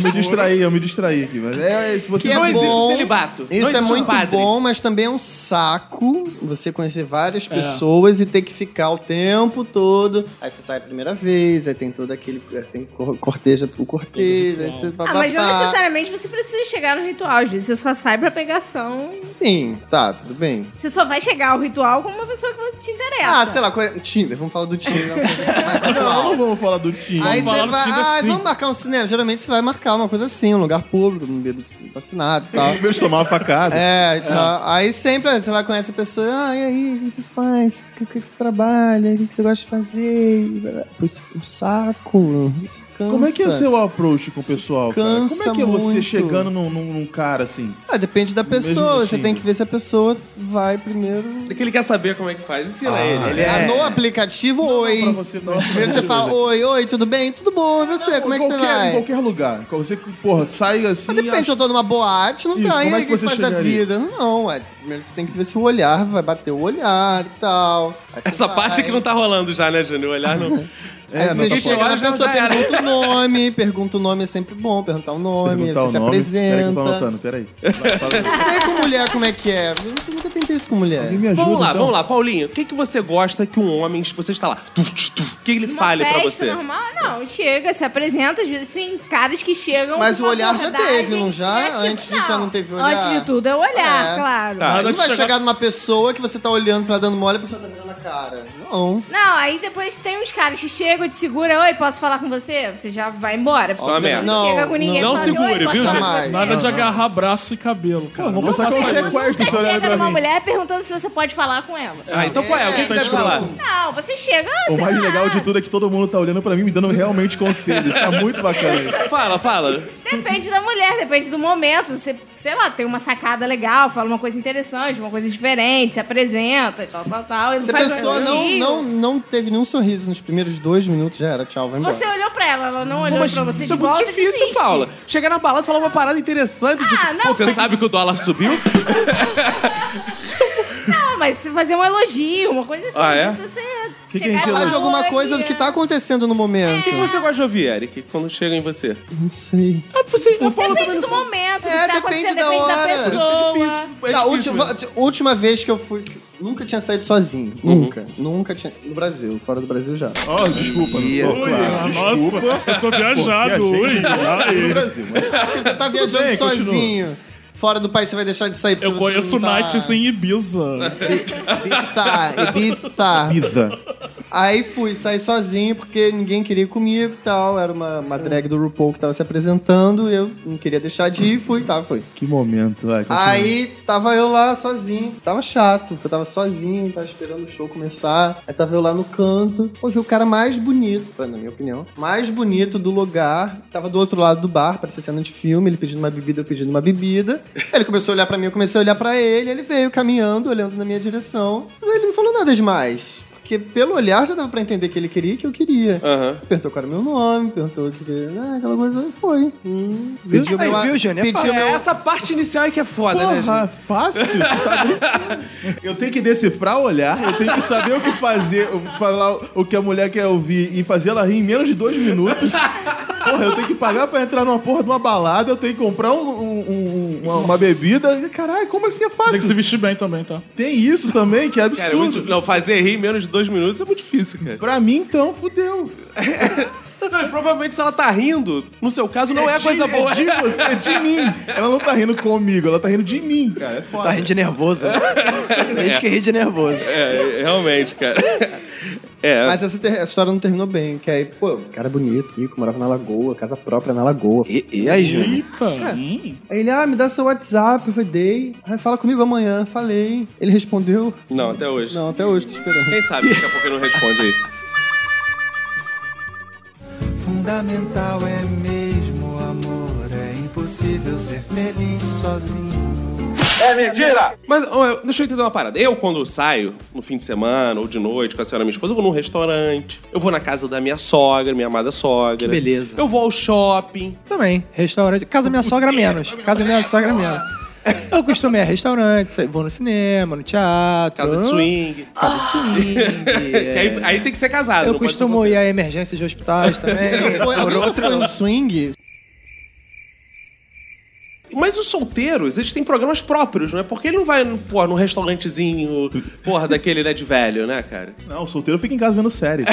C: <laughs>
F: me distraí, eu me distraí aqui. Mas é, se você
C: Que é
A: não existe
C: bom.
A: celibato. não
C: Isso é
A: existe um
C: muito
A: padre.
C: bom, mas também é um saco você conhecer várias
E: É.
C: pessoas e ter que ficar o tempo todo. Aí você sai a primeira vez, aí tem todo aquele. aí Tem cor- corteja o cortejo, aí
E: Todo
C: você vai
D: Ah, mas não
C: babá.
D: necessariamente você precisa chegar no ritual, às vezes você só sai pra pegação.
C: Sim, tá, tudo bem.
D: Você só vai chegar ao ritual com uma pessoa que te interessa.
C: Ah, sei lá, co- Tinder, vamos falar do Tinder. uma coisa mais
F: Não,
C: atual.
F: não vamos falar do Tinder.
C: Aí
E: falar
C: você
E: do
C: vai,
E: Tinder,
C: ah,
E: sim.
C: vamos marcar um cinema. Geralmente você vai marcar uma coisa assim, um lugar público, um dedo vacinado e tal.
F: tá? Meu de tomar uma facada.
C: É, tá. aí sempre você vai conhecer a pessoa, ah, e aí, o que você faz? O que que você trabalha? O que que você gosta de fazer? E blá, blá. Pô, isso é um saco. Isso cansa.
F: Como é que é o seu approach com o pessoal, cara? Como é que é
C: cansa
F: você
C: muito.
F: chegando num, num- num cara assim?
C: Ah, depende da
F: Mesmo
C: pessoa, você
F: assim.
C: tem que ver se a pessoa vai primeiro.
A: É que ele quer saber como é que faz. Ensina ele. ele
C: Ah, no aplicativo, oi.
F: Pra você, É. não.
C: Primeiro você fala, oi, oi, tudo bem? Tudo bom, e você? como é que você
F: qualquer, Em
C: vai?
F: qualquer lugar. Você, porra, sai assim...
C: Mas depende, eu tô numa boate, não
F: Isso,
C: vai,
F: como é
C: aí
F: que
C: o que
F: você
C: faz da
F: chegaria?
C: vida? Não, ué. Primeiro você tem que ver se o olhar vai bater o olhar e tal. Aí você
A: Essa parte
C: vai.
A: é que não tá rolando já, né, Jânio? Olhar não.
C: Aí
F: É, não,
C: você
F: tá
C: chega
A: bom.
C: na pessoa,
A: Já era.
C: pergunta o nome, pergunta o nome é sempre bom, perguntar o nome,
F: Perguntar
C: aí
F: o
C: você
F: nome.
C: se
F: Peraí que eu tô
C: apresenta.
F: anotando,
C: <laughs>
F: peraí. Vai, fala aí.
C: Sei com mulher como é que é. Eu nunca tentei isso com mulher.
F: Alguém me <laughs> ajuda,
A: vamos lá,
F: então?
A: vamos lá, Paulinho. O que, que você gosta que um homem. Você está lá. tuf, tuf, tuf, o que ele
D: Uma
A: fale
D: festa
A: pra você?
D: normal, não. Chega, se apresenta, às vezes tem caras que chegam.
C: Mas
D: com
C: o
D: uma
C: olhar já
D: abordagem
C: teve, não já?
D: negativa.
C: Antes disso já não teve olhar?
D: Antes de tudo é o olhar,
C: É.
D: claro.
A: Tá.
C: Você
E: Nada
C: não
E: que
C: vai
E: chegar-
C: chegar numa pessoa que você tá olhando pra ela dando mole e a pessoa tá mirando na cara. Não.
D: Não, aí depois tem uns caras que chegam e te segura, oi, posso falar com você? Você já vai embora.
A: Só uma merda.
D: Não, chega com ninguém
A: Não
D: e fala, "Oi,
A: segure,
D: posso
A: viu,
D: falar
A: gente?
D: com você?"
E: Nada de agarrar braço e cabelo, cara.
F: Pô, vamos
E: Não
F: pensar que
E: faça
F: você é
E: isso.
F: quarto.
D: Você
F: Isso olhando
D: chega
F: pra
D: numa
F: mim.
D: mulher perguntando se você pode falar com ela.
A: Ah, então qual é? O que que você vai falar?
D: Não, você chega. ah,
F: O
D: sei
F: mais
D: lá.
F: legal de tudo é que todo mundo tá olhando pra mim, me dando realmente conselhos. Tá muito bacana.
A: Fala, fala.
D: Depende da mulher, depende do momento. Você, sei lá, tem uma sacada legal, fala uma coisa interessante, uma coisa diferente, se apresenta e tal, tal, tal. Ele
C: Se a
D: faz um
C: pessoa não,
A: assim,
D: elogio.
C: não, não teve nenhum sorriso nos primeiros dois minutos, já era. Tchau, vai embora.
D: Você olhou pra ela, ela não olhou
A: Mas
D: pra você
A: isso é
D: de
A: muito
D: volta,
A: difícil,
D: desiste.
A: Paula. Chegar na balada e falar uma parada interessante. tipo,
D: não,
A: "Pô, você
D: mas-
A: sabe que o dólar subiu?
D: Não, mas se fazer um elogio, uma coisa assim.
A: Ah, é?
D: não precisa ser-
F: Que que a
D: chegar
F: gente
D: e
C: Falar
D: falar,
C: de alguma
D: "Oi,
C: coisa do que tá acontecendo no
A: O
C: momento.
A: que, que você gosta de ouvir, Eric, quando chega em você?
C: Não sei.
A: Ah, você. A Paula também
D: Depende
A: não
D: do
A: sabe.
D: momento,
C: É,
D: do que tá
C: depende
D: acontecendo,
C: da
D: depende da
C: hora.
A: Por isso que é difícil.
D: pessoa.
A: É
C: Tá,
A: difícil
C: última,
F: né?
A: mesmo.
C: última vez que eu fui. Nunca tinha saído sozinho.
F: Uhum.
C: Nunca. Nunca tinha. No Brasil. Fora do Brasil já.
F: Ó, desculpa.
J: Ih,
F: não tô, claro, desculpa.
E: Ah, Nossa, eu sou viajado.
F: Pô,
E: Ui,
F: viajei demais no
E: ai.
F: Brasil, mas-
C: Porque você tá viajando
F: bem, continua.
C: sozinho. Fora do país você vai deixar de sair porque
E: Eu
C: você
E: conheço
C: não tá...
E: nights em Ibiza.
C: Ibiza, Ibiza.
F: Pisa.
C: Aí fui, saí sozinho porque ninguém queria ir comigo e tal. Era uma, uma drag do RuPaul que tava se apresentando. Eu não queria deixar de ir, fui, tá, fui.
F: Que momento, vai. continua.
C: Aí tava eu lá sozinho, tava chato, porque eu tava sozinho, tava esperando o show começar. Aí tava eu lá no canto, ouvi o cara mais bonito, na minha opinião, mais bonito do lugar. Tava do outro lado do bar, parecia cena de filme, ele pedindo uma bebida, eu pedindo uma bebida. Ele começou a olhar pra mim, eu comecei a olhar pra ele, ele veio caminhando, olhando na minha direção. Mas ele não falou nada demais. Porque pelo olhar já dava pra entender que ele queria e que eu queria.
A: Aham.
C: Perguntou qual era o meu nome, perguntou o que.
G: É,
C: Ah, aquela coisa. Foi. Hum, pediu
J: Aí, viu, Jane? É
C: pediu
J: fácil.
C: meu,
A: É, essa parte inicial é que é foda, né, gente?
F: Porra, fácil?
A: tá
F: sabe? <laughs> eu tenho que decifrar o olhar, eu tenho que saber o que fazer, o- falar o que a mulher quer ouvir e fazer ela rir em menos de dois minutos. Porra, eu tenho que pagar pra entrar numa porra de uma balada, eu tenho que comprar um- um- um- uma, uma bebida. Caralho, como assim é
E: Você tem que
F: fácil?
E: se vestir bem também, tá?
F: Tem isso também, que é
A: Cara, é muito-
F: absurdo.
A: não, fazer rir em menos de dois minutos é muito difícil, cara.
F: Pra mim, então, fudeu.
A: Não, e provavelmente se ela tá rindo, no seu caso, não é,
F: de-
A: coisa boa.
F: É de você, é de mim. Ela não tá rindo comigo, ela tá rindo de mim, cara. É foda.
J: Tá rindo de
C: <laughs>
J: nervoso. Tem gente que ri de nervoso.
A: <laughs> É, é, realmente, cara. É.
C: Mas essa, ter- essa história não terminou bem, que aí, pô, o cara bonito, rico, morava na Lagoa, casa própria na Lagoa.
J: E, e aí, Júnior?
E: Eita. hum.
C: Aí ele, ah, me dá seu WhatsApp, eu falei, dei. Aí fala comigo amanhã, falei. Ele respondeu,
A: Não, até hoje.
C: não, até hoje, tô esperando.
A: Quem sabe daqui a pouco ele não responde aí.
K: Fundamental é mesmo amor, é impossível ser feliz sozinho.
A: É mentira! Mas ó, deixa eu entender uma parada. Eu, quando saio no fim de semana ou de noite com a senhora minha esposa, eu vou num restaurante, eu vou na casa da minha sogra, minha amada sogra.
B: Que beleza.
A: Eu vou ao shopping.
B: Também. Restaurante. Casa minha sogra menos. Casa minha sogra menos. Eu costumo ir a restaurante, sa- vou no cinema, no teatro.
A: Casa de swing.
B: Casa de swing.
A: Que aí, aí <laughs> tem que ser casado.
B: Eu
A: não pode ser
B: costumo ir a emergências de hospitais
A: <laughs>
B: também.
G: Foi- alguém já foi no
B: swing?
A: Mas os solteiros, eles têm programas próprios, não é? Porque ele não vai, porra, num restaurantezinho, porra, daquele, né, de velho, né, cara?
F: Não, o solteiro fica em casa vendo
A: <laughs> É,
F: série.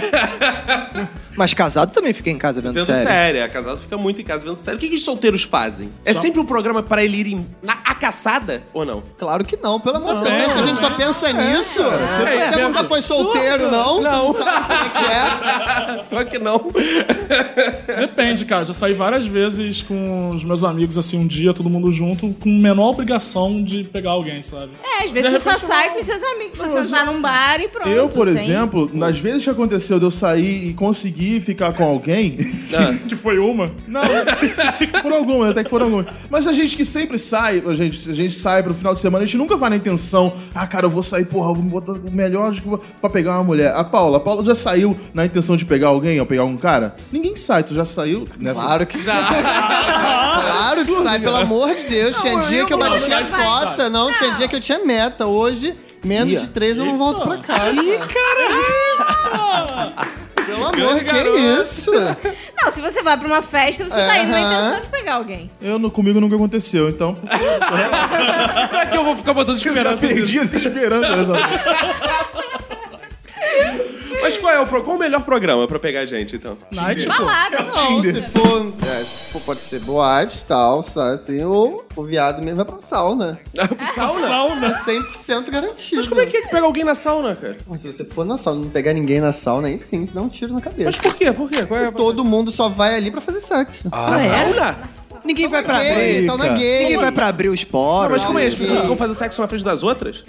B: Mas casado também fica em casa vendo,
A: Vendo
B: série.
A: série. A casada fica muito em casa vendo série. O que, que os solteiros fazem? É sempre um programa para ele ir em- na a caçada ou não? <laughs>
G: Claro que não, pelo amor de
A: Não,
G: Deus. A gente só pensa nisso.
A: É,
G: Você
A: é
G: nunca foi solteiro, não?
A: Não.
G: Sabe como é que é?
A: Claro que não.
E: Depende, cara. Já saí várias vezes com os meus amigos, assim, um dia, todo mundo junto, com menor obrigação de pegar alguém, sabe?
D: É, às vezes
E: De
D: você só
E: repente,
D: sai com seus amigos pra sentar num bar e pronto.
F: Eu, por
D: sem-
F: exemplo, nas vezes que aconteceu de eu sair e conseguir ficar com alguém. <laughs>
B: Ah.
E: Que foi uma.
F: Não, por algumas, até que foram algumas. Mas a gente que sempre sai, a gente, a gente sai pro final de semana, a gente nunca vai na intenção, ah, cara, eu vou sair, porra, eu vou botar o melhor de- pra pegar uma mulher. A Paula, a Paula já saiu na intenção de pegar alguém ou pegar um cara? Ninguém sai, tu já saiu nessa.
G: Claro que sai. Claro que sai, pelo amor de Deus. tinha dia que eu
E: não Ah. sai,
G: batia
E: sai.
G: cota. Não, tinha dia que eu tinha meta. Hoje, menos
B: Ih,
G: de três, eu não volto pra casa. Ih, Pelo amor, que
A: garoto.
G: isso?
D: Não, se você vai pra uma festa, você tá indo na
G: Aham.
D: intenção de pegar alguém.
F: Eu, no- comigo nunca aconteceu, então.
A: <laughs> pra que eu vou ficar botando
F: Já
A: esperança nisso?
F: perdi as esperanças nessa
A: Mas qual é o, pro- qual o melhor programa pra pegar gente, então?
E: Night, pô.
D: Balada,
F: <laughs>
D: não.
G: Se for, é, se for, pode ser boate, tal, sabe? Assim, ou o viado mesmo vai pra né? sauna.
E: Tá
A: Sauna?
E: assim.
G: É 100% garantido.
A: Mas como é que é que pega alguém na sauna, cara?
G: Se você for na sauna e não pegar ninguém na sauna, aí sim, você dá um tiro na
A: Mas
G: cabeça.
A: por quê? Por quê? Qual é a... Ah, é?
G: Todo mundo só vai ali pra fazer sexo.
A: Na sauna?
C: Ninguém vai pra
G: Gay,
C: abrir.
G: sauna gay.
C: Ninguém vai pra abrir os poros.
A: Mas como é? As pessoas ficam fazendo sexo na frente das outras?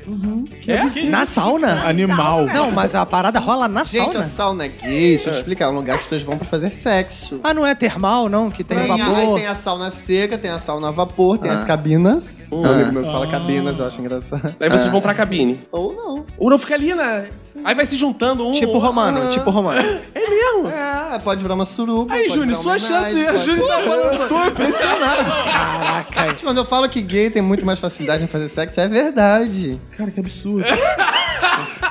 A: É?
C: Na sauna?
G: tá
F: Animal.
C: Não, mas a parada rola na
G: Gente,
C: sauna.
G: a sauna é gay, deixa eu te explicar, é um lugar que as pessoas vão pra fazer sexo.
C: Ah, não é termal, não? Que tem
G: Tem, Ah. aí
C: vapor.
G: tem a sauna seca, tem a sauna a vapor, tem as cabinas. Um amigo meu que fala
E: Ah.
G: cabinas, eu acho engraçado.
A: Aí vocês vão pra cabine.
G: Ou não.
A: Ou não fica ali, né? Aí vai se juntando um.
C: Tipo romano, tipo romano.
G: É, pode virar uma suruba.
A: Aí,
G: pode
A: Júnior,
G: virar
A: sua
G: uma
A: chance.
G: homenagem, pode-
A: Júnior tá falando só.
G: Gente, Quando eu falo que gay tem muito mais facilidade em fazer sexo, é verdade.
F: Cara, que absurdo.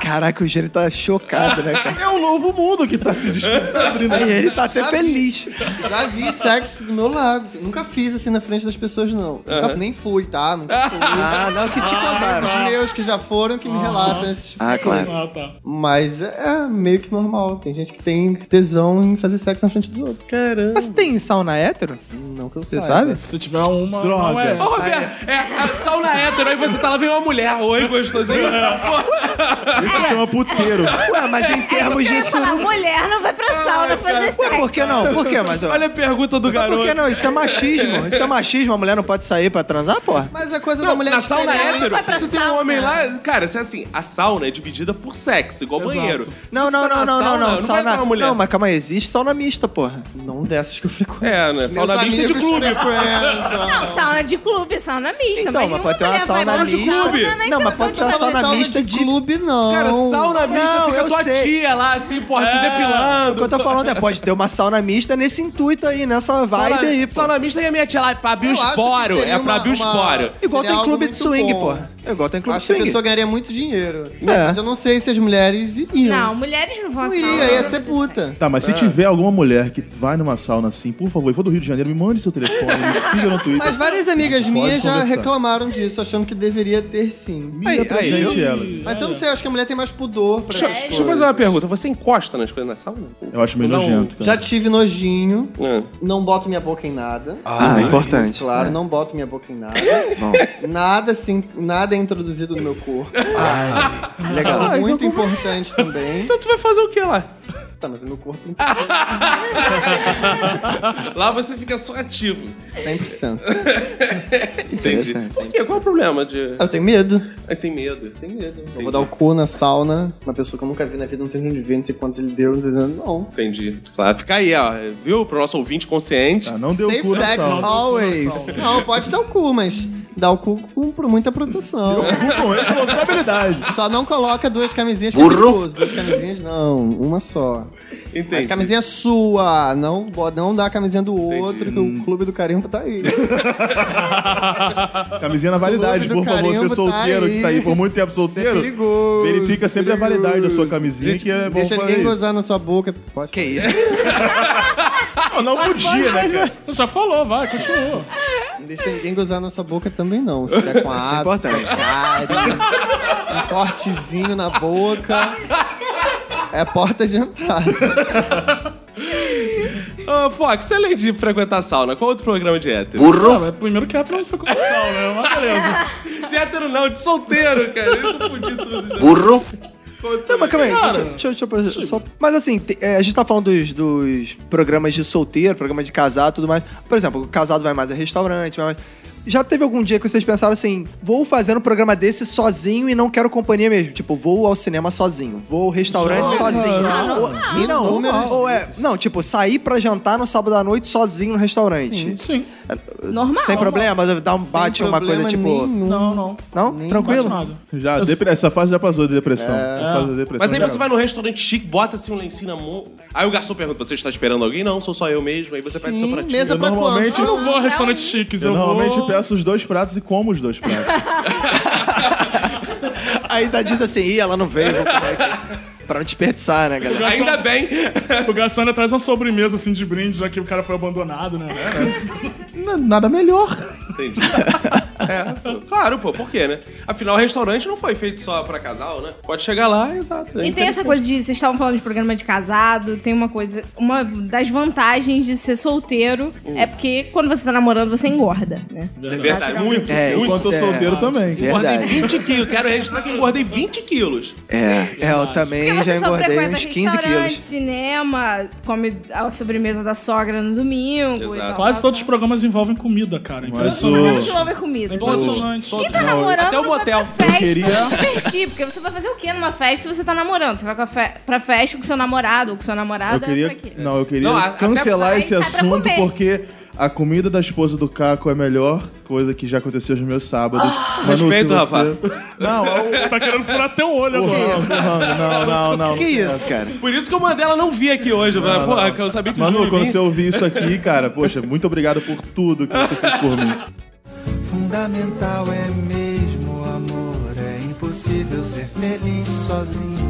C: Caraca, o Gênio tá chocado, né, cara?
F: É um novo mundo que tá se descontando. né?
C: Aí ele tá até feliz.
G: Já vi sexo do meu lado. Nunca fiz assim na frente das pessoas, não. Nunca,
A: Aham.
G: nem fui, tá? Nunca fui.
C: Ah, não, que te contaram.
G: Os meus que já foram que me relatam esse tipo
C: Ah,
G: de
C: claro.
E: Ah, tá.
G: Mas é meio que normal. Tem gente que tem tesão em fazer sexo na frente dos outros. Caramba.
C: Mas tem sauna hétero?
G: Não que eu
C: Você
G: saiba.
C: sabe?
E: Se tiver uma.
F: Droga.
E: Não é.
A: Ô, Roberto, é, a sauna hétero, aí você tá lá, vem uma mulher. Oi, gostoso. Aí você tá, pô.
F: Isso chama puteiro.
C: Ué, mas em termos de
D: Eu ia falar,
C: suruba.
D: mulher não vai pra sauna fazer
C: Ué, por que
D: sexo.
C: não? Por que? Mas, ó,
A: Olha a pergunta do
C: mas por
A: garoto.
C: que não? Isso é machismo. Isso é machismo. A mulher não pode sair pra transar, porra.
G: Mas a coisa da
A: Não,
G: mulher
A: na
G: de
A: sauna
G: pegar-
A: hétero,
D: vai pra
A: você tem um
D: sauna.
A: homem lá. Cara, se é assim, a sauna é dividida por sexo, igual
E: Exato.
A: banheiro. Se
C: Não,
A: você tá
C: não, não,
A: na
C: não, não, não.
A: Não vai pra
C: Sauna.
A: uma mulher.
C: Não, mas calma aí, existe sauna mista, porra.
G: Não dessas que eu frequento.
A: É, né? Sauna
G: Meus
A: mista de
G: amigos
A: clube.
G: frequentam.
D: Não, sauna de clube, sauna mista.
C: Então, mas
D: nenhuma
C: pode ter uma
D: mulher vai
C: sauna né?
D: pra
C: mista.
D: sauna então na
C: Não, mas
D: intenção
C: pode
D: de
C: ter uma
D: fazer
C: sauna
D: sexo.
C: mista de-
G: de clube, não.
A: Cara, sauna mista
C: Não,
A: fica
C: eu
A: tua
C: sei.
A: tia lá, assim, porra, se
C: É, O que eu
A: depilando.
C: tô falando é, pode ter uma sauna mista nesse intuito aí, nessa vibe
A: Sauna,
C: aí, pô.
A: sauna mista e a minha tia lá, é pra abrir o
G: Eu acho que
A: esporo.
G: seria
A: É pra
G: uma-
A: abrir o
G: uma-
A: esporo.
C: Igual tem
G: Seria
C: clube
G: algo
C: de
G: muito
C: swing,
G: bom.
C: porra. Igual tem clube de
G: Acho que a
C: swing.
G: pessoa ganharia muito dinheiro.
C: É.
G: Mas eu não sei se as mulheres iriam.
D: Não, mulheres não vão à
G: Não
D: sauna.
G: iria, ia ser puta.
F: Tá,
A: É.
F: mas se tiver alguma mulher que vai numa sauna assim, por favor, eu vou do Rio de Janeiro, me mande seu telefone, me siga no Twitter.
G: Mas várias amigas
F: Pode
G: minhas já
F: conversar.
G: reclamaram disso, achando que deveria ter sim.
F: Me apresente ela.
G: Mas eu não sei, eu acho que a mulher tem mais pudor pra
A: Deixa,
G: essas
A: deixa eu fazer
G: coisas.
A: uma pergunta. Você encosta nas coisas na sauna?
F: Eu acho meio
A: Não,
F: nojento, cara.
G: Já tive nojinho,
A: Não.
G: não boto minha boca em nada.
C: Ah, importante.
G: Claro,
F: É.
G: não boto minha boca em nada.
F: <laughs>
C: Bom.
G: Nada assim, nada é introduzido no meu
F: <laughs>
G: corpo.
C: Legal.
F: Ah, então
G: Isso é muito
F: <laughs>
G: importante também.
A: Então tu vai fazer o que lá?
G: Tá, mas o meu corpo não
A: Lá você fica só ativo.
G: 100%.
A: Entendi.
C: Interessante.
A: Por quê? Qual é o problema de...
G: Eu tenho medo.
A: Ai, tem medo. Tem medo.
G: Eu vou dar um o cu na sauna, uma pessoa que eu nunca vi na vida, não tem onde ver, não sei quantos ele deu, não sei não.
A: Entendi. Claro, fica aí, ó. Viu? Pro nosso ouvinte consciente.
F: Tá, não deu
G: Safe
F: cu na
G: sex
F: sauna.
G: always. Não, pode dar o cu, mas dá o cu com por muita proteção.
F: o cu com responsabilidade.
G: Só não coloca duas camisinhas que é perigoso. Duas camisinhas não, uma só.
A: Entendi.
G: Mas camisinha sua, não, bo- não dá a camisinha do outro, que
F: Hum.
G: o clube do carimbo tá
F: <laughs>
G: aí.
F: Camisinha na validade,
G: Clube do
F: por favor. Você
G: Carimbo tá
F: solteiro que tá aí
G: aí.
F: por muito tempo
G: Isso é
F: solteiro,
G: perigoso. é
F: verifica sempre a validade da sua camisinha, que é bom
G: Deixa
F: fazer
G: ninguém
F: isso.
G: gozar na sua boca. Pode que isso?
F: Não, não podia, né, cara?
E: Você já falou, vai, continua.
G: Deixa ninguém gozar na sua boca também não. Se
C: <laughs>
G: der com a
C: Isso é
G: água,
C: importante.
G: um cortezinho na boca. É a porta de entrada.
A: Ah, Fox, além de frequentar sauna, qual outro programa de hétero?
E: Ah, mas primeiro que hétero não foi comercial, né? Mas beleza.
A: De hétero não, de solteiro, cara. Eu confundi tudo já.
C: Não, mas calma aí. Deixa, deixa, deixa eu só... Mas assim, te- é, a gente tá falando dos, dos programas de solteiro, programa de casado e tudo mais. Por exemplo, o casado vai mais a restaurante, vai mais... Já teve algum dia que vocês pensaram assim, vou fazer um programa desse sozinho e não quero companhia mesmo? Tipo, vou ao cinema sozinho, vou ao restaurante sozinho. ou, Ah, não,
G: normal.
C: ou é, não, tipo, sair pra jantar no sábado à noite sozinho no restaurante.
E: Sim.
D: Normal.
C: Sem problemas, dá um bate, uma coisa
G: problema
C: tipo.
G: nenhum.
E: Não, não.
C: Não?
G: Nem
C: Tranquilo?
E: Não faz nada.
F: Já,
E: Eu-
F: depre- essa fase já passou de depressão. Essa fase da depressão
A: Mas aí
F: já-
A: você vai num restaurante chique, bota assim um lencinho na mão. Aí o garçom pergunta: você está esperando alguém? Não, sou só eu mesmo. Aí você pede seu pratinho.
G: mesa
F: Eu
G: pra
F: normalmente-
G: quanto?
E: Eu não vou a restaurantes chiques, eu,
F: Eu normalmente
E: vou...
F: peço os dois pratos e como os dois pratos.
C: Aí ainda diz assim, ih, ela não veio, vou comer aqui." Pra não desperdiçar, né, galera?
A: Ainda bem.
E: O garçom ainda traz uma sobremesa, assim, de brinde, já que o cara foi abandonado, né?
F: N- Nada melhor.
A: Entendi. <laughs> É, claro, pô, por quê, né? Afinal, o restaurante não foi feito só pra casal, né? Pode chegar lá, exato. é
D: E tem essa
A: interessante.
D: coisa de. Vocês estavam falando de programa de casado, tem uma coisa. Uma das vantagens de ser solteiro
C: Hum.
D: é porque quando você tá namorando, você engorda, né?
A: É verdade, muito,
C: É,
A: muito.
F: Enquanto eu
C: isso é-
F: solteiro também.
A: Engordei
C: Verdade.
A: 20 quilos. Quero registrar que eu engordei 20 quilos.
C: É, é, eu
D: Porque
C: também
D: você
C: já
D: só
C: engordei
D: frequenta
C: uns 15
D: restaurante,
C: quilos.
D: cinema, come a sobremesa da sogra no domingo. e
A: Exato.
D: tal,
E: Quase
D: tal,
E: todos os programas envolvem comida, cara. então é
F: Mas
E: Impressionante.
F: o...
D: tal. Não envolve comida.
E: Impressionante.
D: Quem tá namorando
A: Até o motel.
D: vai pra festa
F: queria-
D: se divertir, porque você vai fazer o quê numa festa se você tá namorando? Você vai pra, fe- pra festa com seu namorado ou com sua namorada?
F: Eu queria,
D: pra quê?
F: não, eu queria
A: Não, a-
F: cancelar
D: até-
F: esse
D: aí sai pra
F: assunto
D: comer.
F: porque a comida da esposa do Caco é a melhor coisa que já aconteceu nos meus sábados. Manu, se
A: Respeito,
F: você-
A: Rafa.
F: Não, é o-
E: Tá querendo furar teu olho
F: o
E: agora.
F: rango, o rango. Não, não, não.
C: Que isso, cara?
A: Por isso que o Mandela não vi aqui hoje. Eu falei, porra, que eu sabia que o
F: Manu,
A: Júlio
F: quando
A: vinha.
F: você ouvir isso aqui, cara, poxa, muito obrigado por tudo que você fez por mim.
B: Fundamental é mesmo amor, é impossível ser feliz sozinho.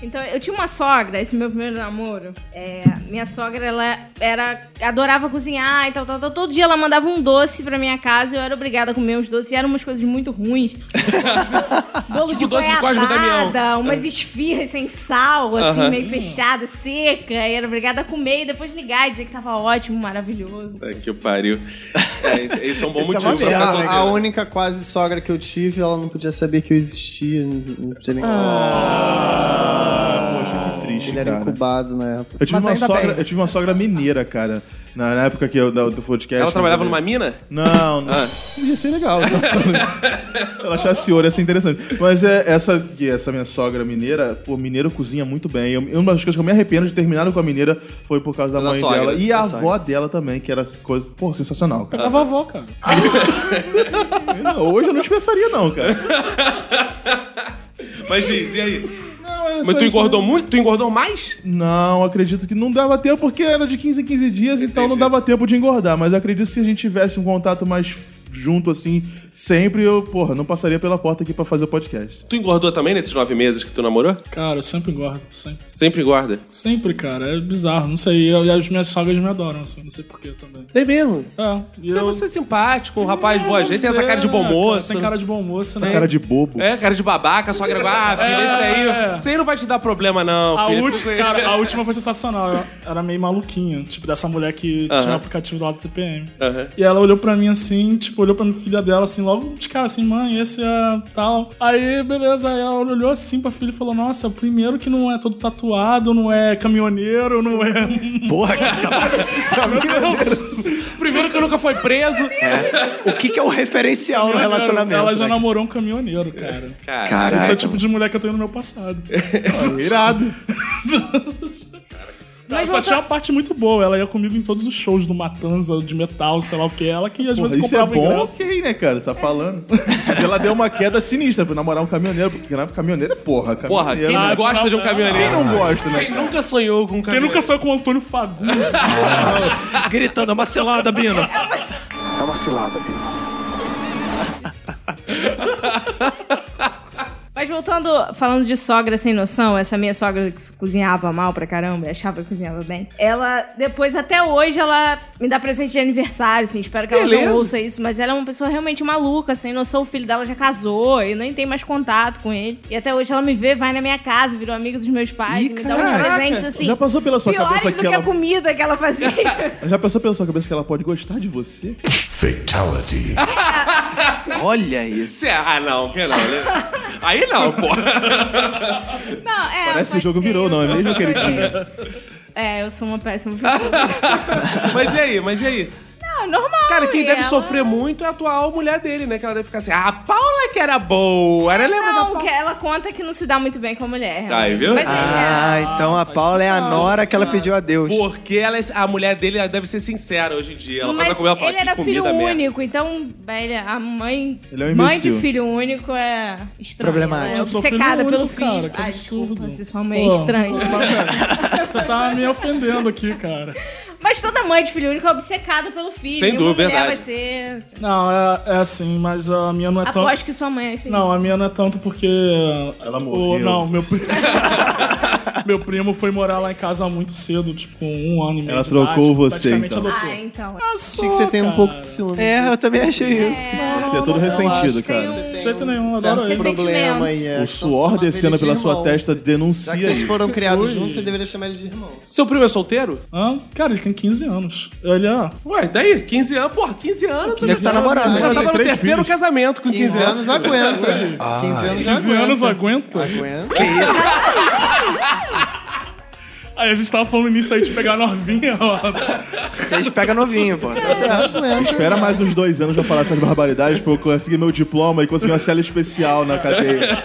D: Então, eu tinha uma sogra, esse meu primeiro namoro. é, minha sogra, ela era, adorava cozinhar e tal, tal, tal. Todo dia ela mandava um doce pra minha casa e eu era obrigada a comer uns doces. E eram umas coisas
A: <laughs>
D: muito ruins. Bolo
A: Tipo
D: de
A: doce de Cosme
D: goiabada, umas esfirras sem sal, assim,
A: É. Aham.
D: meio fechada, seca. E era obrigada a comer e depois ligar e dizer que tava ótimo, maravilhoso.
A: Puta que pariu. É, isso é um bom motivo pra
G: Já,
A: ficar solteiro.
G: a única quase sogra que eu tive, ela não podia saber que eu existia. Não não podia nem...
F: Poxa, que triste,
G: Ele era
F: cara.
G: incubado na época.
F: Eu tive,
G: Mas
F: uma
G: ainda
F: sogra,
G: bem.
F: eu tive uma sogra mineira, cara. Na, na época que eu, da- do podcast.
A: Ela trabalhava
F: né?
A: numa mina?
F: Não, não.
A: Ah.
F: Ia ser legal. né? <laughs> Ela achasse ouro, ia ser interessante. Mas é, essa, que essa minha sogra mineira, pô, mineiro cozinha muito bem. Eu, uma das coisas que eu me arrependo de ter terminado com a mineira foi por causa da,
A: Da
F: mãe
A: sogra,
F: dela. E
C: da
F: a
C: sogra.
F: avó dela também, que era coisa, pô, sensacional, cara.
E: A vovó, cara.
F: Não, hoje eu não dispensaria, não, cara.
A: Mas diz, e aí?
F: Não, era só
A: Mas tu
F: isso é-
A: engordou
F: mesmo.
A: muito? Tu engordou mais?
F: Não, acredito que não dava tempo, porque era de 15 em 15 dias, então não
A: Entendi.
F: dava tempo de engordar. Mas acredito que se a gente tivesse um contato mais junto, assim, sempre, eu, porra, não passaria pela porta aqui pra fazer o podcast.
A: Tu engordou também nesses nove meses que tu namorou?
E: Cara, eu sempre engordo. Sempre,
A: Sempre engorda.
E: sempre cara. É bizarro. Não sei. Eu, e as minhas sogras me adoram, assim. Não sei porquê também.
A: É mesmo?
E: É. E
A: Eu...
E: eu... Ah,
A: Você é simpático, um rapaz boa gente, tem essa
E: sei,
A: cara de bom
E: né,
A: moço.
E: cara? Tem cara de bom moço, né?
F: Cara de bobo.
A: É, cara de babaca, sogra. <laughs> Ah, filho, isso aí.
E: É.
A: Isso aí não vai te dar problema, não.
E: A
A: filho.
E: última, cara, a última foi sensacional. Ela era meio maluquinha, tipo, dessa mulher que tinha
A: Aham.
E: o aplicativo do lado do TPM.
A: Aham.
E: E ela olhou pra mim assim, tipo, olhou pra filha dela assim, logo de cara, assim, mãe, esse é tal. Aí, beleza, aí ela olhou assim pra filha e falou: Nossa, primeiro que não é todo tatuado, não é caminhoneiro, não é. <laughs>
C: Porra, cara,
E: Meu Deus!
A: Primeiro que eu nunca fui preso.
C: o que, que é o referencial no relacionamento?
E: Ela já
C: né?
E: namorou um caminhoneiro, cara. é
A: Cara,
E: tipo
C: Caralho.
F: <laughs>
E: Esse é o tipo de mulher que eu tenho no meu passado.
F: Irado.
E: Mas só tinha uma parte muito boa. Ela ia comigo em todos os shows do Matanza, de metal, sei lá o que. Ela que às
F: Porra,
E: vezes
F: isso é
E: comprava
F: bom,
E: ingresso.
F: ok, né, cara? Você tá falando. <laughs> Ela deu uma queda sinistra pra namorar um caminhoneiro, porque na caminhoneiro é porra.
L: Porra,
F: caminhoneiro.
L: quem não
F: Ah,
L: gosta de um
F: não, Quem
L: caminhoneiro?
F: não gosta, né?
L: Quem nunca sonhou com um
E: Quem
L: caminhoneiro?
E: nunca saiu com o Antônio Fagundes?
M: Gritando, é uma selada, Bina.
C: É uma cilada.
D: Mas voltando, falando de sogra sem noção, essa minha sogra que cozinhava mal pra caramba, e achava que cozinhava bem. Ela, depois, até hoje, ela me dá presente de aniversário, assim, espero que ela
F: Beleza.
D: não ouça isso, mas ela é uma pessoa realmente maluca, sem noção, o filho dela já casou e nem tem mais contato com ele. E até hoje ela me vê, vai na minha casa, virou amigo dos meus pais,
F: Ih,
D: me dá uns
F: caraca.
D: presentes, assim,
F: Já passou pela sua
D: piores
F: cabeça
D: do
F: que
D: que a
F: ela-
D: comida que
L: <laughs>
D: ela fazia.
F: Já passou pela sua cabeça que ela pode gostar de você?
N: Fatality.
C: Olha isso.
L: Cê- Ah, não, que não. né? Aí não, pô.
D: não, é,
F: Parece que o
D: pode
F: jogo
D: ser,
F: virou,
D: eu
F: não é
D: sou-
F: mesmo,
D: eu sou-
F: queridinha?
D: É, eu sou uma péssima pessoa.
L: <laughs> Mas e aí, mas e aí?
D: Não, normal.
L: Cara, quem
D: e
L: deve
D: ela-
L: sofrer muito é a atual mulher dele, né? Que ela deve ficar assim, ah, a Paula que era boa, era lembra da
D: Ah, Não,
L: Paula?
D: que ela conta que não se dá muito bem com a mulher.
L: Aí,
D: realmente.
L: viu?
D: Mas é,
C: Ah, então a Paula é a nora que
E: Ah.
C: ela pediu a Deus.
L: Porque ela, é- a mulher dele ela deve ser sincera hoje em dia. Ela
D: mas
L: passa como ela fala,
D: ele
L: que
D: era
L: comida
D: filho
L: merda.
D: único, então ele- a mãe,
F: Ele é um
D: mãe
F: imbecil.
D: de filho único é estranha.
C: Problemático.
D: Ela É
E: Eu sou
D: obcecada
E: filho
D: pelo
E: único,
D: filho.
E: cara, que
D: Ai,
E: absurdo.
D: desculpa, se sua mãe é
E: Pô.
D: estranha.
E: Você tá me ofendendo aqui, cara.
D: <laughs> Mas toda mãe de filho único é obcecada pelo filho.
L: Sem
D: Nenhuma
L: dúvida, é
D: mulher
L: verdade.
D: vai ser...
E: Não, é, é assim, mas a minha não é tão.
D: Aposto que sua mãe é filho.
E: Não, a minha não é tanto porque.
F: Ela
E: o-
F: morreu.
E: não, meu primo. <laughs> meu primo foi morar lá em casa muito cedo, tipo, com um ano e meio.
F: Ela
E: de
F: trocou
E: idade,
F: você,
E: praticamente
F: então.
E: adotou.
D: Ah, então.
G: Achei que você tem um pouco de ciúme.
C: É, eu também achei isso.
F: Você é todo ressentido,
D: Tem
F: cara.
D: um-
E: De jeito nenhum, eu adoro
G: Certo
E: ele.
G: problema aí. é
F: O
G: que são
F: suor
G: chamados
F: descendo
G: de
F: pela sua
G: irmão.
F: testa denuncia
G: Já que vocês
F: isso.
G: foram criados
E: Ui.
G: juntos, você deveria chamar ele de irmão.
L: Seu primo é solteiro?
E: Hã? Cara, ele tem 15 anos. Ele é.
L: Ué, daí? 15 anos, porra, 15 anos.
C: Deve estar namorando.
L: Eu já
C: né?
L: tava no terceiro casamento com 15
G: 15
L: anos.
G: anos aguenta. 15 anos
E: 15
G: aguenta.
E: anos aguenta.
G: Aguenta.
E: Aí a gente tava falando nisso aí de pegar a novinha, ó.
C: Eles pegam novinho, pô.
F: Espera mais uns dois anos pra falar essas barbaridades pra eu conseguir meu diploma e conseguir uma cela especial na cadeia.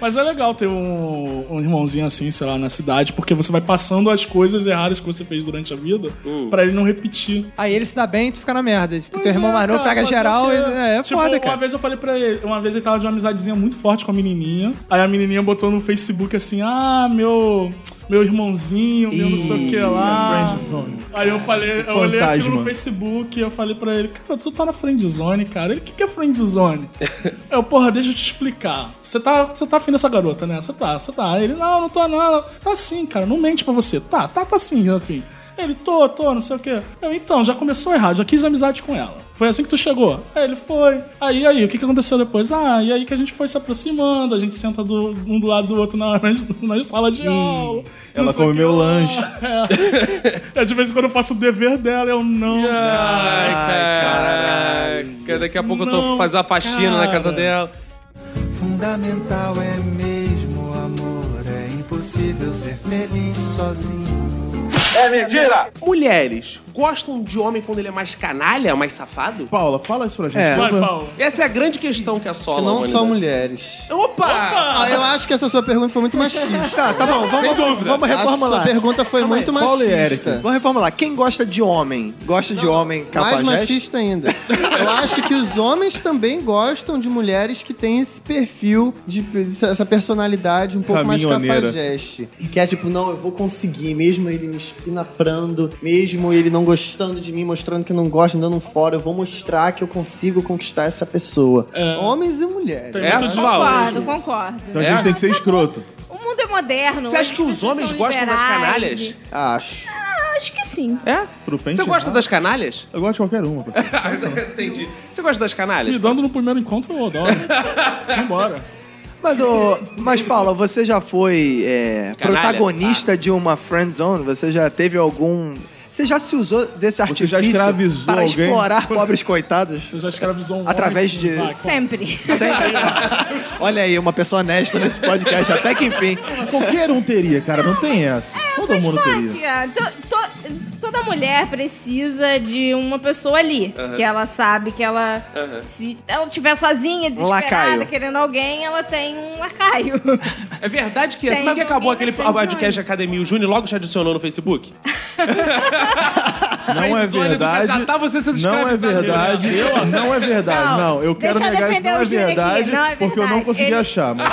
E: Mas é legal ter um, um irmãozinho assim, sei lá, na cidade, porque você vai passando as coisas erradas que você fez durante a vida pra ele não repetir.
O: Aí ele se dá bem e tu fica na merda. Porque
E: Pois
O: teu irmão
E: é,
O: mais novo
E: cara,
O: pega
E: fazer
O: geral
E: o
O: e
E: quê?
O: é
E: tipo,
O: foda,
E: uma
O: cara.
E: vez eu falei pra ele, uma vez ele tava de uma amizadezinha muito forte com a menininha. Aí a menininha botou no Facebook assim: "Ah, meu meu irmãozinho, meu não sei o que lá". Aí eu falei, eu olhei aquilo
F: fantasma.
E: no Facebook e eu falei pra ele: "Cara, tu tá na friendzone, cara. Ele, o que que
O: <laughs>
E: é friendzone?" eu, É, porra, deixa eu te explicar. Você tá, você tá afim dessa garota, né? Você tá, você tá. Aí Ele: "Não, não tô não. Tá sim, cara. Não mente pra você. Tá, tá, tá sim, enfim." Ele, tô, tô, não sei o quê. Eu, então, já começou errado, já quis amizade com ela. Foi assim que tu chegou? Aí ele foi. Aí, aí, o que, que aconteceu depois? Ah, e aí que a gente foi se aproximando, a gente senta do, um do lado do outro na, na, na sala de aula. não
F: ela
E: sei
F: come
E: o que
F: meu
E: lá.
F: lanche.
E: É. É, de vez em quando eu faço o dever dela, eu não.
L: Ai, caraca. Daqui a pouco eu tô
E: Não,
L: fazendo a faxina na casa
E: cara.
L: dela.
B: Fundamental é mesmo amor, é impossível ser feliz sozinho.
L: Mulheres gostam de homem quando ele é mais canalha, mais safado?
F: Paula, fala isso pra gente.
C: É.
E: Vai,
F: Vamos-
E: Paulo.
L: Essa é a grande questão que assola a
G: Não só
L: humanidade.
G: mulheres.
L: Opa!
G: Ah, eu acho que essa sua pergunta foi muito machista.
C: Tá, tá bom, vamos, vamos
G: Acho que sua
C: reformular.
G: pergunta foi muito machista.
F: Paulo e Érica.
C: Vamos reformular. Quem gosta de homem? Gosta de homem
G: Mais
C: capaz
G: machista ainda. Eu acho que os homens também gostam de mulheres que têm esse perfil, de, essa personalidade um pouco mais
F: Caminhoneira.
G: cafajeste. Que é tipo, não, eu vou conseguir, mesmo ele me espinaprando, mesmo ele não gostando de mim, mostrando que não gosta, andando fora, eu vou mostrar que eu consigo conquistar essa pessoa.
E: É.
G: Homens e mulheres.
E: Tem
L: É,
E: muito de
L: Paulo.
D: Concordo, concordo.
F: Então a gente tem que ser escroto.
D: O mundo é moderno.
L: Você acha
D: as
L: que os
D: pessoas
L: homens
D: são
L: gostam das
D: liberais
L: canalhas?
G: Acho.
D: e- Acho que sim.
L: É?
F: Trupente
L: Você gosta
A: né?
F: errado.
L: das <laughs> canalhas?
F: Eu gosto de qualquer uma. cara.
L: Ah, Entendi. Você gosta das canalhas?
E: Me dando no primeiro encontro, eu adoro. Vambora.
C: Mas, ô, mas Paula, você já foi é,
G: tá.
L: Canalha.
C: protagonista de uma friend zone? Você já teve algum... Você já se usou desse artifício
F: já escravizou
C: para
F: alguém?
C: explorar pobres coitados?
F: <laughs>
E: Você já escravizou um homem,
C: Através
E: sim,
C: de-
E: vai,
D: Sempre.
C: Sempre. Olha aí, uma pessoa honesta nesse podcast, até que enfim.
F: Qualquer um teria, cara. Não tem essa. Todo
D: É, Faz
F: mundo teria.
D: parte, ah, to- to- toda mulher precisa de uma pessoa ali.
P: Aham.
D: Que ela sabe que ela.
P: Aham.
D: Se ela estiver sozinha,
P: Um
D: desesperada,
P: lacaio.
D: querendo alguém, ela tem um lacaio.
A: É verdade que
D: Tem
A: assim que acabou aquele
D: defende
A: podcast de Academia, o Júnior logo te adicionou no Facebook?
F: Não é
A: Friendzone do
F: verdade.
A: Já tá você sendo
F: não é
A: escravizado.
F: verdade.
A: Eu?
F: Não é verdade.
A: Não,
F: Não, eu quero
D: deixa eu
F: negar isso.
D: defender
F: Não
D: o
F: é
D: Júlio aqui,
F: verdade,
D: não é
F: porque eu não
D: verdade.
F: consegui
D: Ele-
F: achar. Mas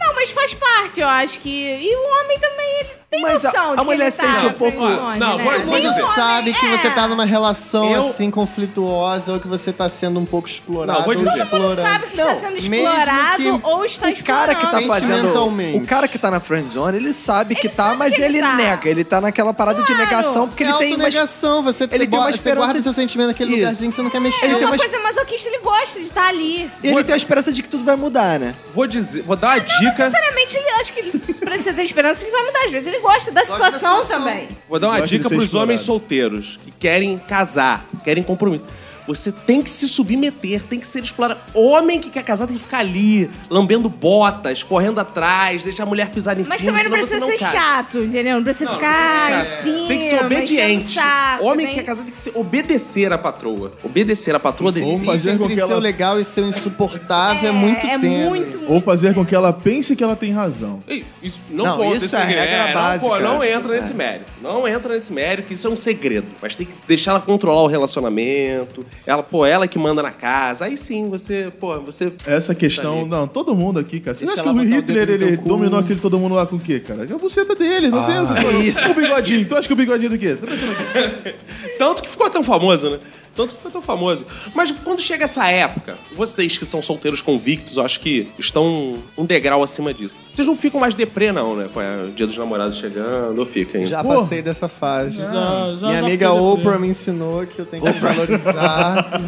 D: Não, mas faz parte, eu acho que. E o homem também, ele tem
B: Mas a- a
D: noção de que ele
B: mulher
D: tá
B: sente um
D: friendzone,
B: pouco-
A: Não,
D: né?
A: vou- vou
D: Tem um
G: Você
D: homem-
G: sabe que você tá numa relação
A: Eu-
G: assim conflituosa ou que você tá sendo um pouco explorado.
A: Não, vou
G: ou
A: dizer.
D: Todo mundo
G: explorado.
D: sabe que está
G: Não,
D: sendo
G: mesmo
D: explorado
G: que-
D: ou está
G: o cara
D: explorando.
G: que
C: cara que tá fazendo.
G: Ah, Sentimentalmente.
C: O cara que tá na friend zone, ele sabe que tá, mas
G: que ele
C: ele,
G: tá.
C: nega. Ele tá naquela parada de negação porque
G: É
C: ele tem uma.
G: autonegação, você
C: ele tem
G: bo-
C: uma
G: você
C: esperança
G: guarda
C: de-
G: seu sentimento naquele
C: Isso.
G: lugarzinho que você não quer mexer.
D: É uma coisa masoquista, ele gosta de estar ali.
C: Ele tem a esperança de que tudo vai mudar, né?
A: Vou dizer, vou dar uma
D: Não
A: dica.
D: necessariamente, ele acho que ele precisa ter esperança que vai mudar. Às vezes ele gosta da,
G: da
D: situação,
G: situação.
D: também.
A: Vou dar uma
F: Gosto de
A: dica
F: ser
A: pros
F: explorado.
A: homens solteiros que querem casar, querem compromisso. Você tem que se submeter, tem que ser explorado. Homem que quer casar tem que ficar ali, lambendo botas, correndo atrás, deixar a mulher pisar em
D: Mas
A: cima.
D: também não
A: senão
D: precisa
A: você
D: ser
A: casa.
D: chato, assim, entendeu? Não precisa ficar é.
A: Cara,
D: em cima.
A: tem que ser
D: enchendo o
A: obediente.
D: saco, né?
A: Homem
D: tem-
A: que é quer casar tem que ser obedecer à patroa. Obedecer à patroa desse
F: Ou fazer com que
G: Entre seu
F: ela
G: legal e seu insuportável é, muito
D: é
G: tênue.
D: muito-
F: Ou fazer com que ela pense que ela tem razão.
A: Ei, Isso não,
F: Não,
A: conta,
F: isso
A: esse
F: é a
A: segredo.
F: regra
A: Não, pô,
F: básica. É.
A: não entra nesse mérito. Não entra nesse mérito, que isso é um segredo. Mas tem que deixar ela controlar o relacionamento. Ela, pô, ela que manda na casa. Aí sim, você, pô, você...
F: Essa questão,
A: Tá
F: não, todo mundo aqui, cara. Você
A: Deixa
F: acha que
A: ela
F: o
A: botar o
F: Hitler,
A: dedo no
F: ele
A: teu cu.
F: dominou aquele todo mundo lá com o quê, cara? É a buceta dele, não tem
A: Ah,
F: essa coisa. O bigodinho, tu acha que o bigodinho do quê? Tá pensando aqui?
A: Tanto que ficou tão famoso, né? Tanto que ficou tão famoso. Mas quando chega essa época, vocês que são solteiros convictos, eu acho que estão um degrau acima disso. Vocês não ficam mais deprê, não, né? Com é, o dia dos namorados chegando, ou fica, hein?
G: Já
A: Pô,
G: passei dessa fase.
E: Já, já,
G: Hum, Minha
E: já
G: amiga
E: fiquei
G: Oprah
E: deprê.
G: me ensinou que eu tenho que valorizar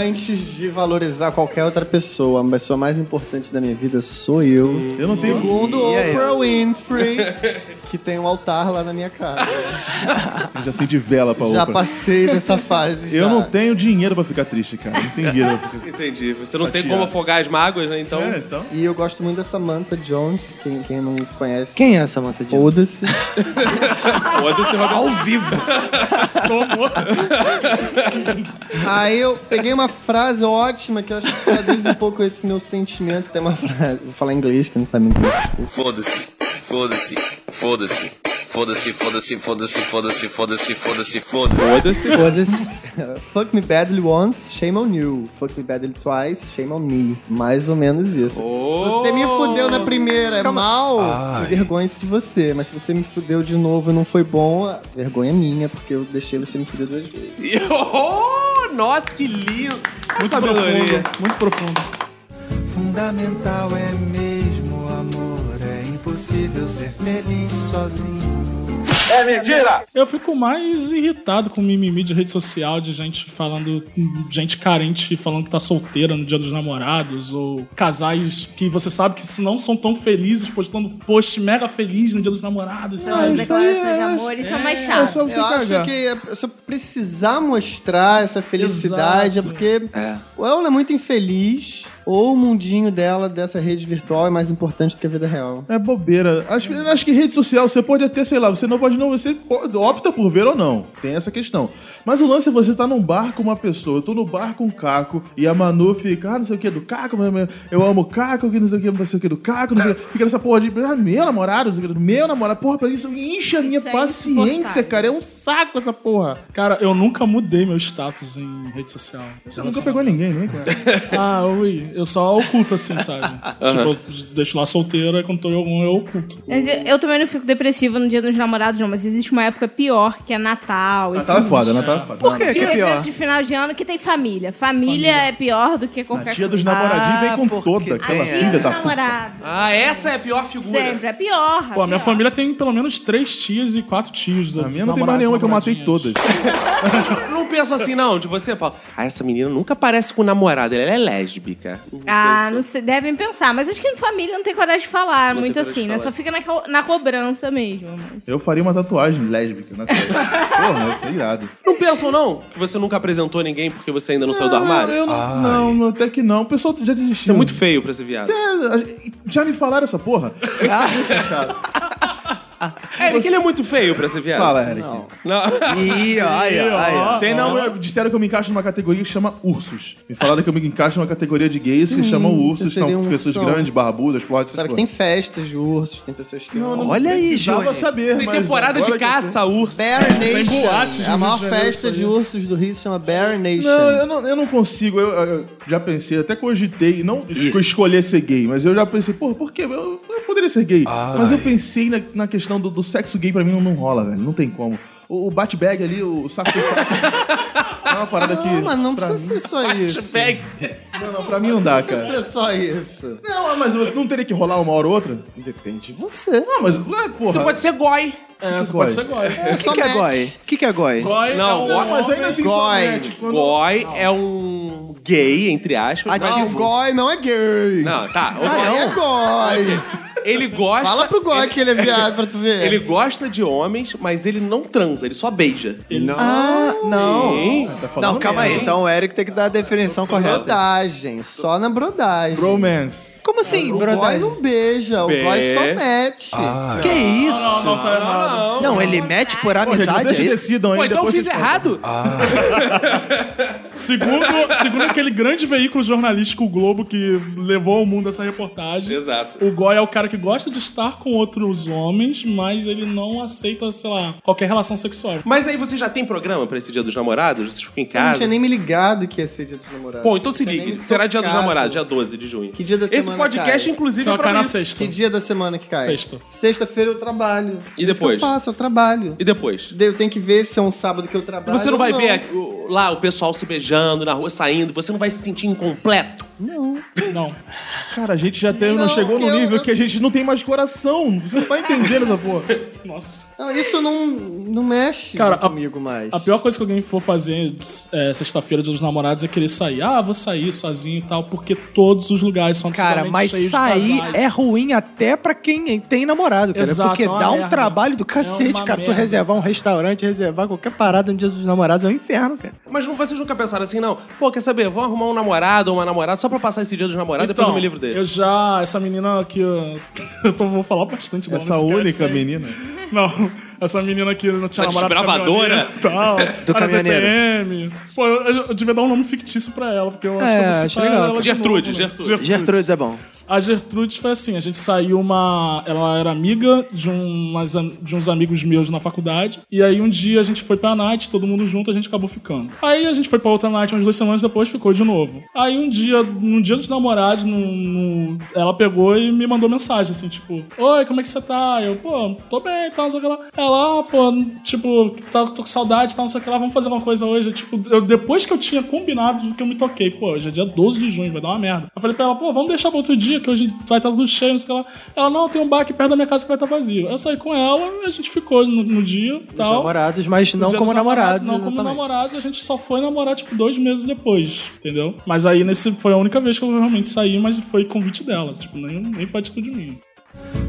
G: antes de valorizar qualquer outra pessoa. A pessoa mais importante da minha vida sou eu.
F: Eu não tenho-
G: Segundo
F: E aí?
G: Oprah Winfrey, que tem um altar lá na minha casa.
F: Eu já sei de vela pra
G: Já
F: Oprah.
G: passei dessa fase.
F: Eu
G: já.
F: não tenho dinheiro pra ficar triste, cara. Não tenho dinheiro pra ficar
A: Entendi. Você não tem
F: Chateado.
A: como afogar as mágoas, né? Então...
F: Tá É, então.
G: E eu gosto muito da Samantha Jones, quem, quem não conhece.
B: Quem é essa Manta de <laughs>
G: Foda-se.
A: Foda-se, Roberto. Ao vivo.
G: Aí eu peguei uma frase ótima que eu acho que traduz um pouco esse meu sentimento. Tem uma frase. Vou falar em inglês, que eu não sabe inglês.
Q: Foda-se, foda-se, foda-se, foda-se, foda-se, foda-se, foda-se, foda-se, foda-se, foda-se.
G: Foda-se. <laughs> Fuck me badly once, shame on you. Fuck me badly twice, shame on me. Mais ou menos isso. Você me fudeu na primeira, é mal?
F: Ai.
G: Vergonha-se de você. Mas se você me fudeu de novo e não foi bom, a vergonha é minha, porque eu deixei você me fuder duas vezes.
A: <laughs> Oh, nossa, que lindo!
E: Muito
A: sabedoria.
E: profundo, muito profundo.
B: Fundamental é mesmo amor, é impossível ser feliz sozinho.
E: É mentira! Eu fico mais irritado com mimimi de rede social, de gente falando, gente carente falando que tá solteira no dia dos namorados, ou casais que você sabe que não são tão felizes postando post mega feliz no dia dos namorados.
D: Não,
E: sabe?
D: as declarações de amor, isso é o mais chato.
G: eu acho que a- se eu precisar mostrar essa felicidade, é porque ou ela é muito infeliz, ou o mundinho dela, dessa rede virtual, é mais importante do que a vida real.
F: É bobeira. Acho, eu acho que rede social você pode até, sei lá, você não pode não, você pode- opta por ver ou não. Tem essa questão. Mas o lance é você estar num bar com uma pessoa. Eu tô no bar com o Caco e a Manu fica, ah, não sei o que do Caco, mas- mas eu amo o Caco, que não sei o que, não sei o que do Caco, não sei o que. Fica nessa porra de, ah, meu namorado, não sei o que, do meu namorado. Porra, pra isso enche a minha
D: é
F: paciência,
D: insuportável.
F: cara. É um saco essa porra.
E: Cara, eu nunca mudei meu status em rede social. Assim,
F: Você nunca pegou ninguém, né?
E: Ah, ui, eu só oculto assim, sabe?
A: Aham.
E: Tipo, eu deixo lá solteiro, aí quando tô em algum, eu oculto.
D: Mas eu, eu também não fico depressiva no dia dos namorados, não. Mas existe uma época pior, que é Natal.
F: Natal é
D: esses-
F: foda, Natal é foda.
D: Por que, é pior? de final de ano que tem família. Família, é pior do que qualquer
F: Tia dos
D: coisa.
F: namoradinhos
G: Ah,
F: vem com toda aquela
D: Tia
F: filha
D: dos
F: da puta.
D: namorados.
A: Ah, essa é a pior figura.
D: Sempre, é pior.
E: Pô, a minha
D: pior.
E: família tem pelo menos três tias e quatro
G: Ah,
E: tios. A
F: minha não tem mais nenhuma que eu matei todas.
A: Não penso assim, não, de você, Paulo. Ah, essa menina nunca aparece com namorado, ela é lésbica.
D: Ah, não sei, devem pensar. Mas acho que em família não tem coragem de falar
A: Não tem
D: muito
A: coragem
D: assim,
A: de
D: né?
A: falar.
D: Só fica na, co- na cobrança mesmo.
F: Eu faria uma tatuagem lésbica na tela. Porra, isso é irado.
A: Não pensam, não, que você nunca apresentou ninguém porque você ainda não saiu do armário?
F: Ah, Eu não, não, até que não. O pessoal já desistiu.
A: Isso é muito feio pra esse viado.
F: É, já me falaram essa porra.
L: Eric, ele é muito feio pra ser viado.
F: Fala, Eric.
L: Não.
A: <laughs>
F: Ih,
L: olha, olha.
F: Tem, não, né?
L: Olha.
F: eu- disseram que eu me encaixo numa categoria que chama ursos. Me falaram que eu me encaixo numa categoria de gays que
G: Hum,
F: chamam ursos.
G: você seria
F: São
G: um
F: pessoas
G: ursão.
F: grandes, barbudas, fortes.
G: Sabe que tem festas de ursos, tem pessoas que.
F: não Olha aí, precisava Johnny. saber,
G: Tem
F: mas
G: temporada de
L: caça a urso.
G: Bear Nation.
F: Tem boates
G: é a
F: no
G: maior
F: Rio de Janeiro,
G: festa
F: isso
G: de
F: aí.
G: ursos do Rio se chama Bear Nation.
F: Não, eu não, eu não consigo. Eu, eu já pensei, até cogitei, não esco- escolher ser gay, mas eu já pensei, pô, por quê? Eu, eu poderia ser gay. Mas eu pensei na, na questão do, do sexo gay, pra mim não, não rola, velho. Não tem como. O, o bag ali, o saco do saco. é uma parada que.
G: Não, mas não
F: pra
G: precisa
F: mim-
G: ser só isso.
F: Não, não, pra mim não dá, cara.
G: Não precisa ser só isso.
F: Não, mas eu- não teria que rolar uma hora ou outra? Depende de você. Não, mas, ué, porra.
A: Você pode ser goi.
F: É,
A: você pode ser goi.
F: É,
A: O que que é goi?
C: O que, que é goi?
A: Goi
L: Não,
A: é um
L: não, mas
A: homem-
L: ainda assim,
A: goi.
L: somente, quando-
A: Goi é um gay, entre aspas.
G: Ah, não, goi não é gay.
L: Não, tá. O
G: Ah, é goi.
L: Ele gosta.
A: tá
G: Fala pro goi que ele é viado pra tu ver.
L: Ele gosta de homens, mas ele não transa, ele só beija. Ele não.
C: Ah, não.
L: Sim.
F: Tá
C: não, calma aí. Então o Eric tem que dar a definição correta.
G: Brodagem, só na brodagem.
F: Bromance.
C: Como assim,
G: o
C: brodagem?
G: boy não beija, o
C: Be-
G: boy só mete.
C: Ah. Que isso? Não, não, tá errado. Não, ele mete por amizade.
F: vocês
C: é isso?
F: decidam aí, Pô, então eu depois fiz vocês
L: errado?
G: Ah.
E: Segundo, segundo aquele grande veículo jornalístico, o Globo, que levou ao mundo essa reportagem.
L: Exato.
E: O Goy é o cara que gosta de estar com outros homens, mas ele não aceita, sei lá, qualquer relação sexual.
L: Mas aí você já tem programa pra esse dia dos namorados? Vocês ficam em
G: Eu não tinha
L: casa?
G: nem me ligado que ia ser dia dos namorados.
L: Bom, então se
G: Não tinha nem
L: ligue.
G: me
L: Será dia dos
G: tocado.
L: namorados, dia 12 de junho.
G: Que dia da
L: Esse
G: semana
L: podcast,
G: cai?
L: inclusive, é pra isso.
G: Que dia da semana que cai?
L: Sexta.
G: Sexta-feira eu trabalho.
L: E
G: Isso
L: depois?
G: que eu faço, eu trabalho.
L: E depois?
G: Daí Eu tenho que ver se é um sábado que eu trabalho.
L: Você não
G: ou
L: vai ver a- o- lá o pessoal se beijando na rua, saindo, você não vai se sentir incompleto?
G: Não.
E: Não.
F: Cara, a gente já teve, então não, chegou Tá no nível que a gente não tem mais coração. Você não tá entendendo essa <laughs> porra.
E: Nossa.
G: Não, isso não, não mexe
E: Cara, a-
G: comigo mais.
E: A pior coisa que alguém for fazer é, sexta-feira dia dos namorados é querer sair. Ah, vou sair sozinho e tal, porque todos os lugares são
C: Cara,
E: absolutamente
C: mas
E: cheios de
C: sair
E: casais. Então,
C: é ruim até pra quem tem namorado, cara.
E: Exato,
C: porque
E: é uma
C: dá um
E: merda.
C: trabalho do cacete,
E: uma
C: cara. Tu
E: merda.
C: reservar um restaurante, reservar qualquer parada no dia dos namorados é um inferno, cara.
L: Mas não- vocês nunca pensaram assim, não? Pô, quer saber? Vamos arrumar um namorado ou uma namorada só pra passar esse dia dos namorados depois eu me livro dele.
E: Então, Eu já. Essa menina que. Eu, <laughs> eu tô- vou falar bastante dela.
L: Essa
E: nesse cast,
L: única
E: né?
F: menina?
E: Não. Essa menina que não tinha
L: Essa
E: namorado.
L: desbravadora?
E: caminhoneira e Tal,
L: <laughs> Do
E: Era
L: caminhoneiro.
E: BPM. Pô, eu, eu- eu devia dar um nome fictício pra ela, porque eu acho
C: É,
E: que eu vou citar ela. de
L: Gertrude,
E: novo, né?
L: Gertrude.
C: Gertrudes é bom.
E: A Gertrude foi assim, a gente saiu uma... Ela era amiga de, um, umas, am- de uns amigos meus na faculdade. E aí um dia a gente foi pra night, todo mundo junto, a gente acabou ficando. Aí a gente foi pra outra night umas duas semanas depois, ficou de novo. Aí um dia, num dia dos namorados, num- num- ela pegou e me mandou mensagem, assim, tipo... Oi, como é que você tá? Eu, pô, tô bem e tal, não sei o que lá. Ela, ah, pô, tipo, tá, tô com saudade e tal, não sei o que lá, vamos fazer uma coisa hoje. Eu, tipo, eu- depois que eu tinha combinado que eu me toquei, pô, hoje é dia 12 de junho, vai dar uma merda. Eu falei pra ela, pô, vamos deixar pra outro dia, que hoje vai estar tudo cheio, não sei o que lá. Ela, não, tem um bar aqui perto da minha casa que vai estar vazio. Eu saí com ela, a gente ficou no, no dia e
C: Os
E: tal.
C: namorados, mas
E: No
C: não
E: dia
C: como
E: dos namorados,
C: namorados.
E: Não como
C: exatamente.
E: namorados, a gente só foi namorar, tipo, dois meses depois, entendeu? Mas aí nesse foi a única vez que eu realmente saí, mas foi convite dela, tipo, nem, nem foi atitude minha.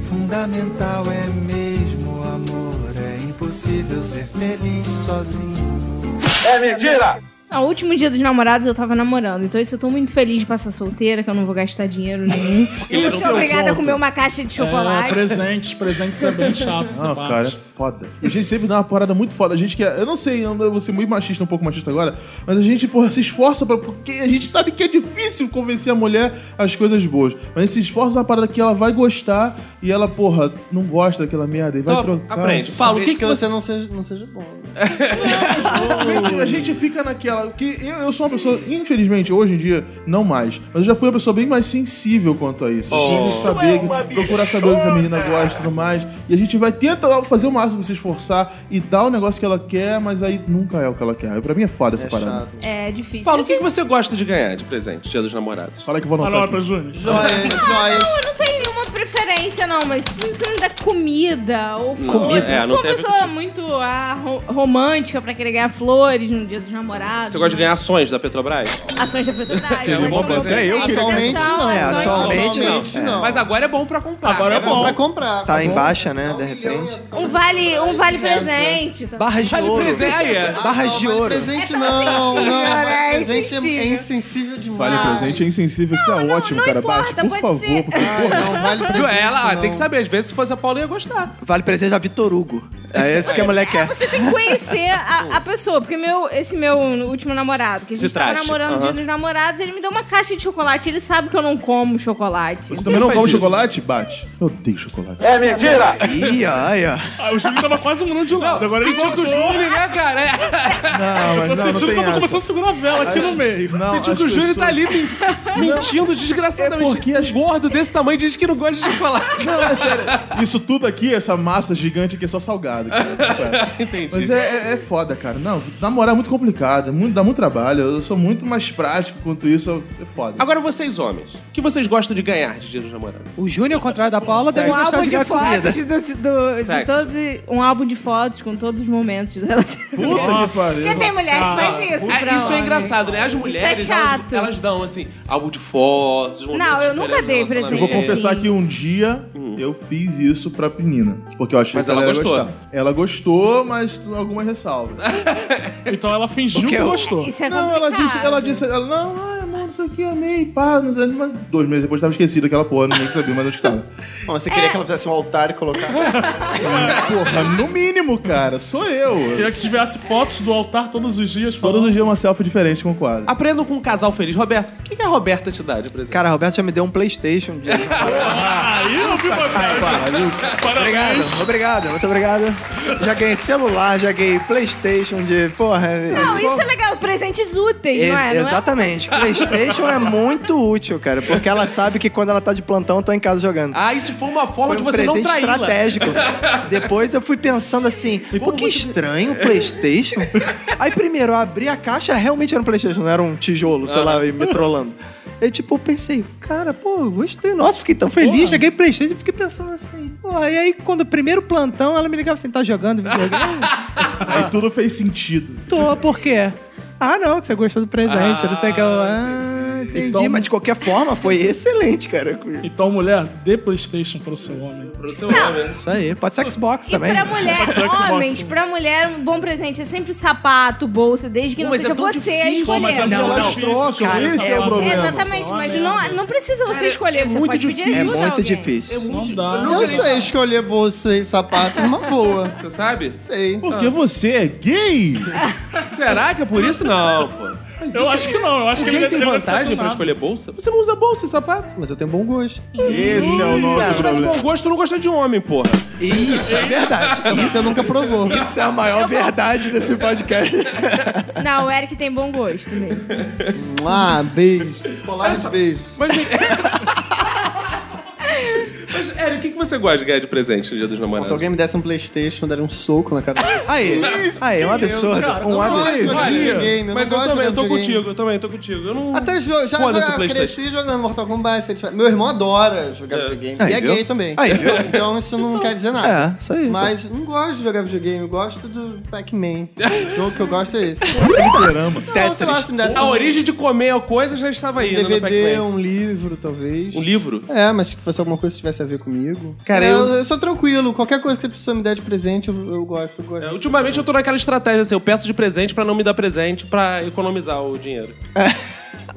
R: Fundamental é mesmo amor, é impossível ser feliz sozinho. É mentira!
D: No Ah, último dia dos namorados eu tava namorando, então isso eu tô muito feliz de passar solteira, que eu não vou gastar
L: <laughs>
D: dinheiro nenhum. Eu vou
E: esse
D: ser
E: é o
D: obrigada a
E: ponto.
D: comer uma caixa de chocolate.
E: É, presentes, presentes é bem chato. essa
F: Não,
E: parte.
F: cara, é foda. E a gente sempre dá uma parada muito foda. A gente que é, Eu não sei, eu vou ser muito machista, um pouco machista agora, mas a gente, porra, se esforça pra. Porque a gente sabe que é difícil convencer a mulher às coisas boas. Mas a gente se esforça na parada que ela vai gostar e ela, porra, não gosta daquela merda e vai
L: Então,
F: trocar.
L: aprende. Paulo, o que
G: Desde
L: que você-
G: não seja, não seja bom. né?
F: Infelizmente, a gente fica naquela. Que eu, eu sou uma pessoa, infelizmente, hoje em dia, não mais. Mas eu já fui uma pessoa bem mais sensível quanto a isso.
L: Oh.
F: Eu preciso saber, procurar saber o que a menina gosta e tudo mais. E a gente vai tentar fazer o máximo pra se esforçar e dar o negócio que ela quer, mas aí nunca é o que ela quer. Aí Pra mim é foda essa parada.
D: É difícil.
L: Paulo, o que, que você gosta de ganhar de presente, dia dos namorados?
F: Fala que eu vou
L: anotar
E: Anota, Júnior.
D: Ah, não, eu não tenho nenhuma preferência, não, mas se me dá comida ou
L: Não,
D: flores.
L: é,
D: eu
L: não
D: sou uma
L: tem
D: pessoa muito ah, ro- romântica pra querer ganhar flores no dia dos namorados.
L: Você gosta de ganhar ações da Petrobras?
D: Ações da propriedade.
L: Seria um bom presente. Até eu queria
G: Atualmente
D: ganhar.
G: não.
C: É, atualmente não.
G: Atualmente não.
L: Mas agora é bom pra comprar.
G: Agora é bom. Pra
C: comprar. Tá em baixa, né? De repente.
D: Um vale, um vale presente. tá?
C: Barras de
D: Vale
C: ouro.
D: presente.
L: aí, é.
C: Barras de ouro.
G: Presente não,
D: sensível,
G: não.
D: né?
G: vale
D: É
G: presente é- é
D: insensível.
G: insensível demais.
F: Vale presente é insensível, isso é ótimo, cara. Baixa, por favor. Porque, porra,
G: Não, vale
L: Viu?
G: presente.
L: Ela,
A: ela, ah, tem que saber, às vezes se fosse a Paula ia gostar.
C: Vale presente a Vitor Hugo. É esse que a mulher <laughs> quer.
D: Você tem que conhecer a, a pessoa, porque meu, esse meu último namorado, que a gente
C: Se
D: tava
C: traste.
D: namorando dia
C: Aham.
D: dos namorados, ele me deu uma caixa de chocolate. Ele sabe que eu não como chocolate.
F: Você também não come chocolate? Bate. Eu odeio chocolate.
D: É mentira!
C: Ih, ó, aí, ó.
E: Ah, o Júlio tava quase morando de lado. Agora ele
A: Sentiu com o
E: voltou.
A: Júlio, né, cara? É.
E: eu tô sentindo que eu tô começando a segurar a vela aqui
F: Acho-
E: no meio.
F: Não,
A: Sentiu
F: as
A: que o Júlio tá ali
F: pessoas-
L: Então,
A: men- mentindo
L: é
A: desgraçadamente. É porque as... gordo desse tamanho diz que não gosta de
L: <laughs>
A: chocolate. <laughs>
F: Não, é sério. Isso tudo aqui, essa massa gigante aqui é só salgado.
A: <laughs>
F: Cara.
A: Entendi.
F: Mas é, é- é foda, cara. Não, namorar é muito complicado, é muito- dá muito trabalho. Eu sou muito mais prático quanto isso, eu- é foda.
A: Agora vocês, homens, o que vocês gostam de ganhar de Dia dos Namorados?
O: O Júnior, ao contrário da Paula, deve
D: um
O: gostar
D: álbum
O: de
D: de
O: gato
C: né?
D: fotos
O: comida.
D: do, do- de
O: Sexo.
D: todos, um álbum de fotos com todos os momentos do relacionamento. Porque tem mulher que
C: Ah,
D: faz isso.
A: É,
D: pra
A: isso é
D: homem.
A: engraçado, né? As
D: Isso é
A: mulheres, elas,
D: chato.
A: elas dão, assim, álbum de fotos, momentos
D: Não, eu
A: diferentes
D: nunca
A: de
D: dei
A: relacionamento.
F: Eu vou confessar que um dia eu fiz isso pra menina. Porque eu achei
A: Hum. Mas
F: que
A: ela
F: ela,
A: gostou.
F: ia gostar. Ela gostou, mas tu- algumas ressalvas.
E: então ela fingiu
F: Porque
E: que
F: eu-
E: gostou.
F: Isso é Não, ela complicado. disse- ela disse- ela- não, ai, amor, não sei o que, amei, pá. não sei- mas Dois meses depois tava esquecido aquela porra, não nem sabia mais onde que tava.
P: Você queria que ela fizesse um altar e colocasse.
F: Porra, no mínimo, cara, sou eu.
E: Queria que tivesse fotos do altar todos os dias.
F: Todos os dias uma selfie diferente com o quadro.
A: Aprendam com um casal feliz. Roberto, o que, que a Roberta te dá de presente?
C: Cara, a Roberta já me deu um Playstation. De...
E: Aí eu
A: Ah,
E: vi
C: obrigado, obrigado, muito obrigado. Já ganhei celular, já ganhei Playstation de... Porra,
D: Não,
C: eu sou-
D: isso é legal, presentes úteis, não é?
C: Ex-
D: Não é? <laughs>
C: Exatamente. Playstation é muito útil, cara, porque ela sabe que quando ela tá de plantão, eu tô em casa jogando.
A: Ah, isso foi uma forma
C: Foi
A: de
C: um
A: você não
C: presente
A: traí
C: estratégico. Depois eu fui pensando assim, pô, que estranho, um Playstation. Aí primeiro eu abri a caixa, realmente era um Playstation, não era um tijolo, sei lá, e me trollando. Eu tipo, eu pensei, cara, pô, eu gostei. Nossa, fiquei tão feliz,
O: Porra.
C: cheguei Playstation e fiquei pensando assim.
O: Porra, e aí, quando o primeiro plantão, ela me ligava assim, tá jogando videogame?
F: Aí tudo fez sentido.
O: Tô, por quê? Ah, não, que você gostou do presente, não sei o que. Eu, ah, entendi.
C: Então- mas de qualquer forma, foi excelente, cara.
E: Então, mulher, dê Playstation pro seu homem.
A: Pro seu homem.
C: Isso aí, pode ser Xbox também.
D: Pra mulher, homens, pra mulher, um bom presente é sempre sapato, bolsa, desde que não
C: Mas é
D: seja
C: tão
D: você a
C: difícil,
D: escolher.
C: mas é Não, muito não. difícil,
F: trocam, cara, esse é o problema.
D: Exatamente, mas
E: é
D: não, não precisa você escolher, você pode pedir ajuda a alguém.
C: É difícil.
E: Não
P: Eu
E: dá.
P: não sei escolher bolsa e sapato numa boa.
A: né? Você sabe?
P: Sei.
F: Porque você é gay?
A: Será que é por isso? Não, pô. Mas
E: Eu
A: isso- é
E: acho que não, eu acho que
A: Alguém
E: ele
A: tem
E: ele deve ser
A: vantagem pra
E: tunado.
A: escolher bolsa? Você não usa bolsa e sapato?
G: Mas eu tenho bom gosto.
F: Esse é o nosso
A: Se tivesse bom
F: problema.
A: gosto, tu não gosta de homem, porra.
C: Isso, é verdade.
G: Você nunca provou.
C: Isso é a maior verdade desse podcast.
D: Não, o Eric tem bom gosto né?
E: <laughs>
D: mesmo.
G: Ah, beijo.
A: Olha só,
G: beijo.
A: Mas,
E: <laughs>
A: <laughs> mas Eric, o que, que você gosta de ganhar de presente no Dia dos
G: Se
A: Namorados?
G: alguém me desse um Playstation, eu daria um soco na cara.
C: Aí, aí, um absurdo. um absurdo.
A: Mas eu também, eu tô contigo, eu também tô contigo. Eu não...
G: Até jo já,
A: Foda-se o
G: já
A: PlayStation.
G: cresci jogando Mortal Kombat. Street Fighter. Meu irmão adora jogar videogame.
C: Aí,
G: e é
C: viu?
G: gay também.
C: Aí, viu?
G: Então isso não quer
S: Ah,
G: dizer nada.
C: é, isso aí.
G: Mas não gosto de jogar videogame, eu gosto do Pac-Man. o jogo que eu gosto
A: <laughs>
G: é esse.
F: Fliperama.
G: Não, sei lá, se me desse
A: A
G: um-
A: origem de comer a coisa já estava Tá aí,
G: um
A: né, no
G: DVD,
A: Pac-Man.
G: um livro, talvez.
A: Um livro?
G: É, mas que fosse alguma coisa que tivesse a ver comigo.
A: Cara,
G: É,
A: eu-
G: eu... sou tranquilo. Qualquer coisa que a pessoa me der de presente, eu, eu gosto. Eu gosto.
A: É, Ultimamente eu tô naquela estratégia assim, eu peço de presente pra não me dar presente pra economizar o dinheiro.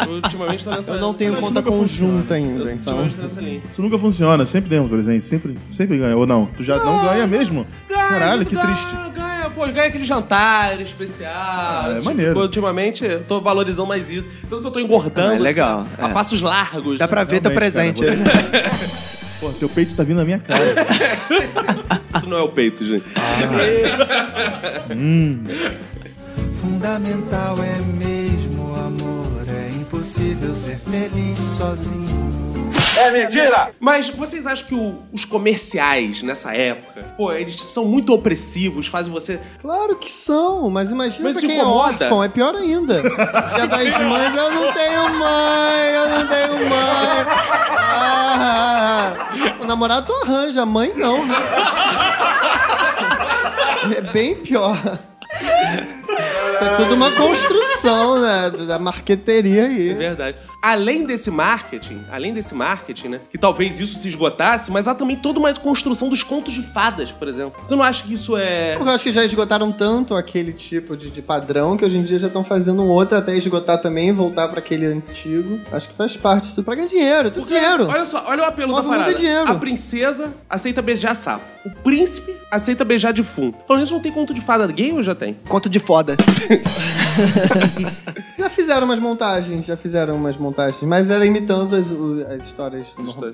A: Eu ultimamente tô nessa
G: É. Eu não tenho
A: Mas
G: conta
A: nunca funciona.
G: conjunta ainda, então.
A: Ultimamente tô nessa linha.
F: Isso nunca funciona, sempre demos presente, sempre, sempre ganha. Ou não, tu já não, ganha mesmo? Caralho, que triste.
A: Ganha, pô, ganha aquele jantar especial.
F: é
A: esse tipo
F: maneiro.
A: coisa. ultimamente eu tô valorizando mais isso. Tanto que eu tô engordando.
C: Ah, é legal,
A: assim,
C: é.
A: A passos largos. né?
C: Dá pra
S: tá
C: ver teu presente.
F: Realmente, <laughs> Pô, teu peito tá vindo na minha cara.
A: Isso não é o peito, gente.
F: hum.
B: Fundamental é mesmo amor, é impossível ser feliz sozinho.
A: É mentira! Mas vocês acham que o- os comerciais nessa época, pô, eles são muito opressivos, fazem você.
G: Claro que são, mas imagina
A: Mas
G: pra
A: te
G: quem
A: incomoda?
G: é órfão, é pior ainda. Dia das mães, eu não tenho mãe, eu não tenho mãe. Ah, o namorado tu arranja, a mãe não. né? É bem pior. Isso é tudo uma construção. profissão né, da marqueteria aí. né?
A: É verdade. Além desse marketing, além desse marketing, né? Que talvez isso se esgotasse, mas há também toda uma construção dos contos de fadas, por exemplo. Você não acha que isso é.
G: Eu acho que já esgotaram tanto aquele tipo de, de padrão que hoje em dia já estão fazendo um outro até esgotar também e voltar pra aquele antigo. Acho que faz parte disso. Pra ganhar dinheiro, é tudo
A: Porque,
G: dinheiro.
A: Olha só, olha o apelo da
G: Move muito
A: parada.
G: dinheiro.
A: A princesa aceita beijar sapo. O príncipe aceita beijar defunto. Falando nisso, não tem conto de fada gay ou já tem?
C: Conto de foda.
G: Já fizeram umas montagens, já fizeram umas montagens, mas era imitando as, o- as histórias.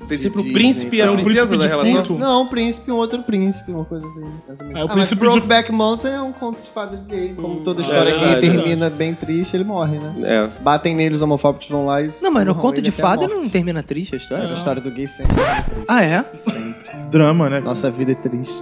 A: Tem sempre o príncipe e a
G: Então,
A: princesa da relação?
G: Não, um príncipe e um outro príncipe, uma coisa assim. mais ou menos.
A: É, o
G: ah,
A: príncipe
G: mas
A: de-
G: Brokeback Mountain é um conto de fadas gay. Como toda
A: é
G: história que
A: verdade,
G: termina bem triste, ele morre, né?
A: É.
G: Batem nele, os homofóbicos vão lá e...
S: Não, mas no
G: surram
S: conto
G: ele
B: é
S: de
G: até a
S: fada
G: morte.
S: não termina triste a história.
G: Essa história do gay sempre.
S: Ah, é?
F: Drama, né?
G: Nossa vida é triste.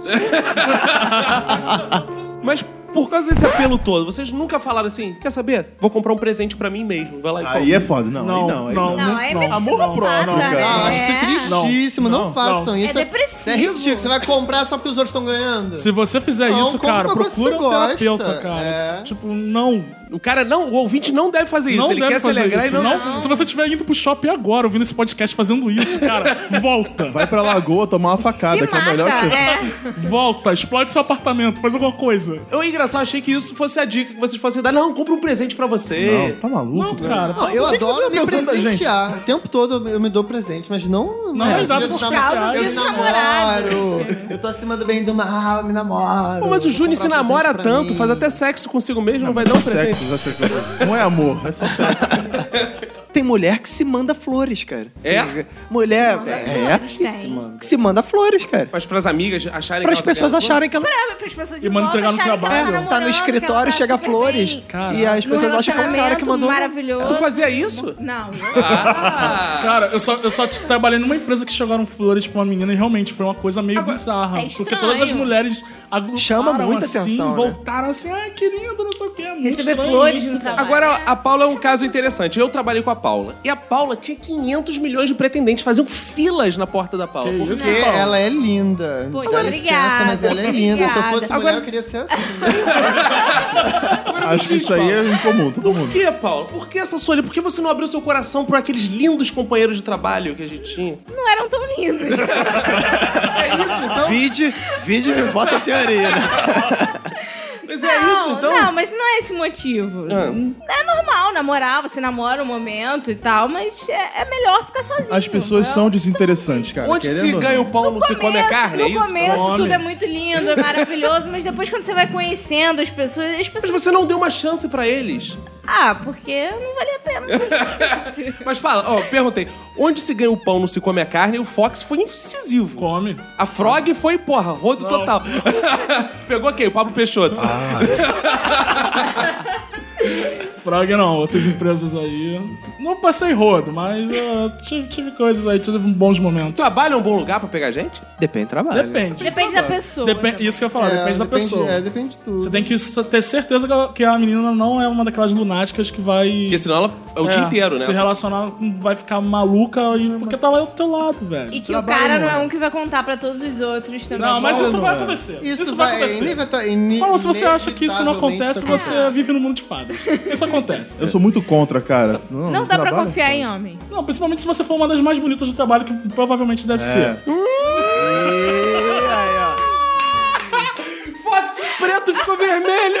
A: Mas por causa desse apelo todo, vocês nunca falaram assim, quer saber? Vou comprar um presente pra mim mesmo. Vai lá e
F: Aí é foda, não. Não, aí não, aí não.
D: Não, aí é meio
F: Amor
D: psicopata,
F: próprio, cara.
D: né?
G: Ah, acho
D: É.
G: isso tristíssimo. Não, façam isso.
D: É
G: Isso é
D: depressivo.
G: ridículo. Você vai comprar só porque os outros estão ganhando.
E: Se você fizer
G: Não,
E: isso,
G: compra
E: cara,
G: uma coisa
E: procura
G: que
E: um
G: você gosta.
E: terapeuta, cara.
G: É.
E: Tipo, não.
A: O cara não, o ouvinte não deve fazer isso. Ele quer se alegrar e não- não.
E: Se você estiver indo pro shopping agora, ouvindo esse podcast fazendo isso, cara, volta.
F: Vai pra lagoa tomar uma facada, que é o melhor tipo.
E: Volta, explode seu apartamento, faz alguma coisa.
A: Eu, é engraçado, achei que isso fosse a dica que vocês fossem dar. Não, compra um presente pra você.
F: Não, tá maluco?
E: Não, cara.
G: Não, eu
F: Por que que você
G: adoro
F: não
G: me
F: pensou na gente?
G: presentear. O tempo todo eu me dou presente, mas não...
E: Não,
G: é,
E: é dado
G: eu
E: por
G: namoro,
E: causa
G: Eu
E: de
G: namoro. Eu tô acima do bem e do mal, eu me namoro.
A: Pô, mas o
G: Vou
A: Júnior se
G: comprar um
A: namora
G: presente pra
A: tanto,
G: mim.
A: faz até sexo consigo mesmo, não, vai dar um presente.
F: é Sexo, já sei que é. Não é amor, é só sexo.
C: Tem mulher que se manda flores, cara.
A: É?
C: Mulher, é, é, que se manda flores, cara.
A: Mas pras amigas acharem que
C: Para
A: ela
C: as
A: tá
C: pessoas
A: ganhando
C: acharem que ela
D: Pra, para É, as pessoas
E: E manda entregar no trabalho.
C: É, tá no escritório, chega flores e as pessoas acham que é o cara que mandou.
D: maravilhoso.
A: Tu fazia isso?
D: Não.
E: Cara, eu só, eu só t- trabalhei numa empresa que chegaram flores pra uma menina e realmente foi uma coisa meio bizarra.
D: é
E: porque todas as
D: estranho.
E: mulheres agruparam
C: Chama muita
E: assim,
C: atenção, né?
E: voltaram assim, ai, que lindo, não sei o quê. é Muito
D: Receber
E: estranho
D: flores
E: isso,
D: no
E: cara.
D: trabalho.
A: Agora, a Paula é um caso interessante. Eu trabalhei com a Paula. E a Paula tinha 500 milhões de pretendentes. Faziam filas na porta da Paula.
E: Que
A: Por
E: isso?
A: quê?
G: Porque ela é linda.
D: Poxa,
G: Dá
D: obrigada,
G: licença, mas ela é linda. Se eu fosse
D: obrigada.
G: mulher,
A: Agora-
G: eu queria ser assim.
F: Acho que isso aí é incomum, todo
A: Por
F: mundo.
A: que, Paulo? Por que essa solha? Por que você não abriu seu coração por aqueles lindos companheiros de trabalho que a gente tinha?
D: Não eram tão lindos.
A: É isso, então?
C: Vide, vide Vossa Senhoria, né?
A: Mas é isso, então?
D: Não, mas não é esse motivo. É normal namorar, você namora um momento e tal, mas é, é melhor ficar sozinho.
F: As pessoas
D: É
F: são desinteressantes, cara.
A: Onde se
F: querendo ou não.
A: ganha o pão, não se come a carne,
D: no
A: é isso?
D: começo
E: Come.
D: tudo é muito lindo, é maravilhoso, mas depois quando você vai conhecendo as pessoas, as
A: Mas
D: pessoas.
A: você não deu uma chance pra eles.
D: Ah, porque não valia a pena.
A: Mas fala, ó, perguntei. Onde se ganha o pão, não se come a carne, e o Fox foi incisivo.
E: Come.
A: A Frog foi, porra, rodo
E: Não.
A: total. <laughs> Pegou quem? O Pablo Peixoto.
F: Ah.
E: Frog não, outras empresas aí. Não passei rodo, mas eu tive, tive coisas aí, tive bons momentos.
A: Trabalho é um bom lugar pra pegar gente?
C: Depende do trabalho.
E: Depende.
D: Depende da pessoa. né,
E: Depen- isso que eu ia falar,
G: É,
E: depende da pessoa.
G: É, depende de tudo.
E: Você tem que sa- ter certeza que a- que a menina não é uma daquelas lunáticas que vai.
A: Porque senão ela é o
E: É,
A: dia inteiro, né?
E: Se relacionar, com- vai ficar maluca e- porque tá lá do teu lado, velho.
D: E que
F: Trabalho
D: o cara
F: não
D: não
F: é.
D: é um que vai contar pra todos os outros também.
E: Não, mas
F: Não,
E: isso
F: não
E: vai
F: é.
E: acontecer.
G: Isso,
E: Isso, vai
G: vai,
E: acontecer.
G: inevita- ine-
E: Só se você acha que isso não acontece,
G: inevitavelmente
E: você vive no mundo de fadas. Isso acontece.
F: Eu sou muito contra, cara. Não,
D: Não dá pra
F: trabalho?
D: confiar em homem.
E: Não, principalmente se você for uma das mais bonitas do trabalho, que provavelmente
A: É.
E: deve
F: É.
E: ser.
A: Fox preto ficou vermelho.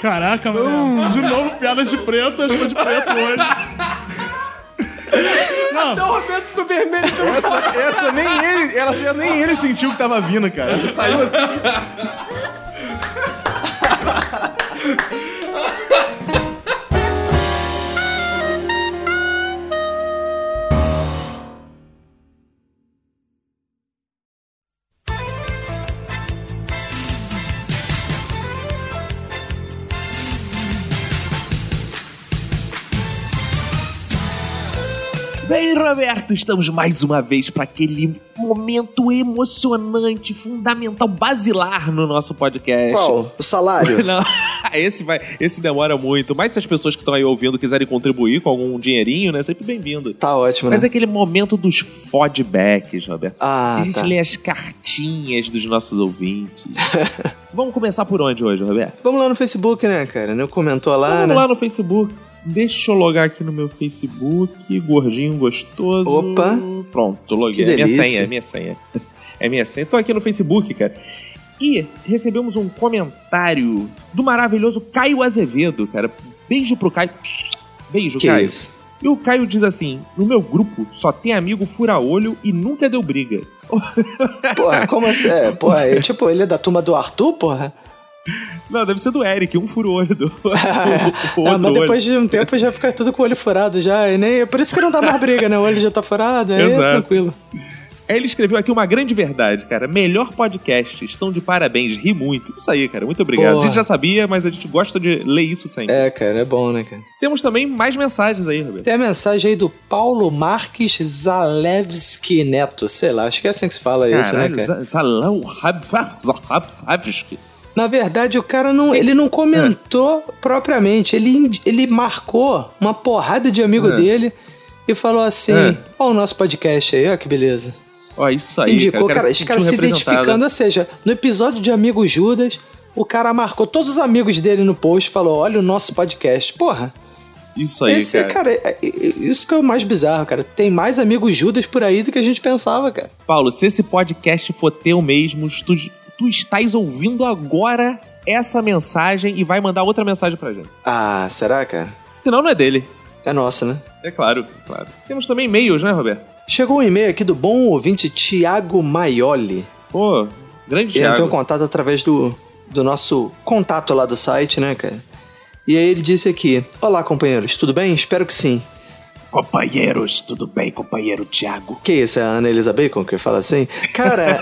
E: Caraca, mano. De novo, piadas de preto, eu estou de preto hoje. Não,
A: Até o Roberto ficou vermelho pelo
F: Essa, essa nem ele, ela, nem ele sentiu que tava vindo, cara. Essa saiu assim.
A: Bem, Roberto, estamos mais uma vez para aquele momento emocionante, fundamental, basilar no nosso podcast.
O: Qual? O salário?
A: <laughs> Não, Ah, esse, vai, esse demora muito. Mas se as pessoas que estão aí ouvindo quiserem contribuir com algum dinheirinho, né? Sempre bem-vindo.
O: Tá
C: Tipo,
O: ótimo,
A: Mas
O: né?
A: é aquele momento dos fodbacks, Roberto.
O: Ah,
A: que a gente
O: tá.
A: lê as cartinhas dos
O: <laughs>
A: nossos ouvintes. Vamos começar por onde hoje, Roberto?
O: Vamos lá no Facebook, né, cara? Não comentou lá,
A: Vamos
O: né?
A: lá no Facebook. Deixa eu logar aqui no meu Facebook, gordinho gostoso.
O: Opa.
A: Pronto, loguei.
O: Que
A: É minha
O: delícia.
A: senha, é minha senha. É minha senha. Tô aqui no Facebook, cara. E recebemos um comentário do maravilhoso Caio Azevedo, cara. Beijo pro Caio. Beijo,
O: Que
A: Caio.
O: isso?
A: E o Caio diz assim: no meu grupo só tem amigo fura-olho e nunca deu briga.
O: Porra, como assim? É, porra, é, tipo, ele é da turma do Arthur, porra?
A: Não, deve ser do Eric, um furou o olho do <laughs> outro. o
C: Ah,
A: outro
C: mas
A: olho.
C: depois de um tempo já fica tudo com o olho furado já. E nem... Por isso que não dá mais briga, né? O olho já tá furado, aí é
A: Exato.
C: tranquilo.
A: Aí ele escreveu aqui uma grande verdade, cara. Melhor podcast. Estão de parabéns. Ri muito. Isso aí, cara. Muito obrigado.
O: Porra.
A: A gente já sabia, mas a gente gosta de ler isso sempre.
O: É, cara, é bom, né, cara?
A: Temos também mais mensagens aí, Roberto.
C: Tem a mensagem aí do Paulo Marques Zalewski Neto. Sei lá, acho que é assim que se fala isso, né,
A: Caralho,
C: cara?
A: Za- Zalão Rab- Zahavski.
C: Na verdade, o cara não, ele não comentou propriamente. Ele, ind- ele marcou uma porrada de amigo
A: É.
C: dele e falou assim:
A: É.
C: Ó, o nosso podcast aí, ó, que beleza.
A: Ó, isso aí.
C: Indicou,
A: cara,
C: cara,
A: cara,
C: os
A: se
C: caras se
A: sentiu um representado.
C: identificando. Ou seja, no episódio de Amigo Judas, o cara marcou todos os amigos dele no post e falou: Olha o nosso podcast. Porra.
A: Isso aí,
C: esse,
A: cara.
C: cara, é- é- isso que é o mais bizarro, cara. Tem mais amigos Judas por aí do que a gente pensava, cara.
A: Paulo, se esse podcast for teu mesmo, tu, tu estás ouvindo agora essa mensagem e vai mandar outra mensagem pra gente.
C: Ah, será, cara?
A: Senão não é dele.
C: É nosso, né?
A: É claro, claro. Temos também e-mails, né, Roberto?
C: Chegou um e-mail aqui do bom ouvinte Tiago Maioli.
A: Pô, grande
C: Ele
A: Thiago.
C: entrou em contato através do, do nosso contato lá do site, né, cara? E aí ele disse aqui: Olá, companheiros, tudo bem? Espero que sim.
A: Companheiros, tudo bem, companheiro Thiago?
C: Que isso, é a Ana Elisa Bacon que fala assim?
A: <laughs>
C: Cara,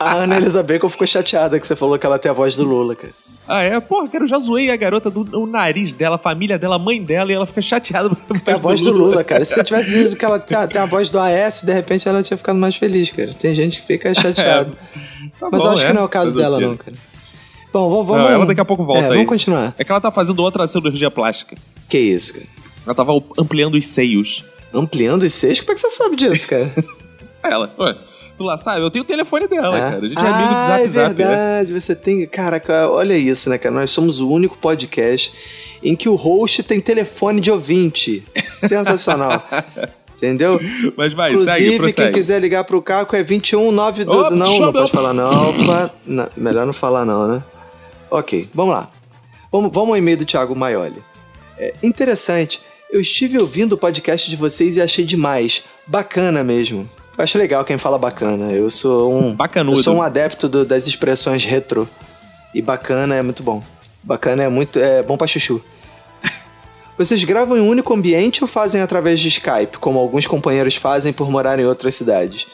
C: a Ana Elisa Bacon ficou chateada que você falou que ela tem a voz do Lula, cara.
A: Ah, é? Porra, cara, eu já zoei a garota do o nariz dela, a família dela, a mãe dela, e ela fica chateada por
C: Tem É a voz do Lula, cara. Se você tivesse dito que ela tem a, tem a voz do Aécio, de repente ela tinha ficado mais feliz, cara. Tem gente que
A: <laughs>
C: fica chateada.
A: Tá
C: Mas
A: bom,
C: eu acho
A: é.
C: que não é o caso
A: Fazer o
C: dela,
A: quê?
C: não, cara. Bom, vamos.
A: Não,
C: vamos
A: ela daqui a pouco volta
C: É,
A: aí.
C: Vamos continuar.
A: É que ela tá fazendo outra cirurgia plástica.
C: Que isso, cara?
A: Ela tava ampliando os seios.
C: Ampliando os seios? Como é que você sabe disso, cara?
A: É Ela, ué, tu lá sabe? Eu tenho o telefone dela,
C: É?
A: cara. A gente é amigo de zap
C: é
A: zap, né?
C: verdade, você tem. Caraca, olha isso, né, cara? Nós somos o único podcast em que o host tem telefone de ouvinte.
A: <laughs>
C: Sensacional. Entendeu?
A: Mas vai, segue,
C: Inclusive,
A: prossegue.
C: quem quiser ligar pro Caco é 219 do.
A: Opa,
C: não, não
A: sobe,
C: pode
A: opa.
C: falar, não. Opa, não, Melhor não falar, não, né? Ok, vamos lá. Vamos, vamos ao e-mail do Thiago Maioli. É, interessante. Eu estive ouvindo o podcast de vocês e achei demais. Bacana mesmo. Eu acho legal quem fala bacana. Eu sou um.
A: Bacanudo.
C: Eu sou um adepto do- das expressões retro. E bacana é muito bom. Bacana é muito. É bom pra chuchu. <laughs> Vocês gravam em um único ambiente ou fazem através de Skype, como alguns companheiros fazem por morar em outras cidades?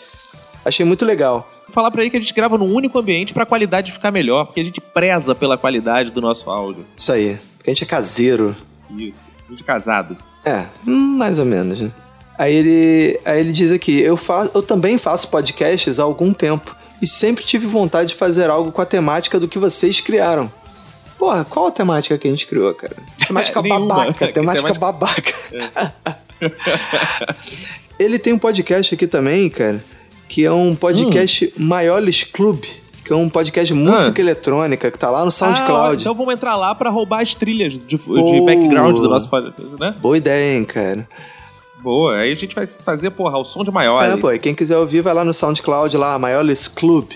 C: Achei muito legal.
A: Falar pra ele que a gente grava num único ambiente pra qualidade ficar melhor, porque a gente preza pela qualidade do nosso áudio.
C: Isso aí. Porque a gente é caseiro.
A: Isso. A gente é casado.
C: É, hum, mais ou menos, né? Aí ele, aí ele diz aqui: eu, faço, eu também faço podcasts há algum tempo e sempre tive vontade de fazer algo com a temática do que vocês criaram. Porra, qual a temática que a gente criou, cara? Temática
O: Nenhuma.
C: babaca, temática
O: Temática-
C: babaca. <laughs> ele tem um podcast aqui também, cara, que é um podcast Maiolis Club, que é um podcast de música eletrônica que tá lá no
A: Ah, ó,
C: SoundCloud.
A: então vamos entrar lá pra roubar as trilhas de, de
C: Boa.
A: background do nosso podcast, né?
C: Boa ideia, hein, cara.
A: Boa, aí a gente vai fazer, porra, o som de maior.
C: É,
A: aí.
C: pô, e quem quiser ouvir, vai lá no SoundCloud, lá, Maiolis Club,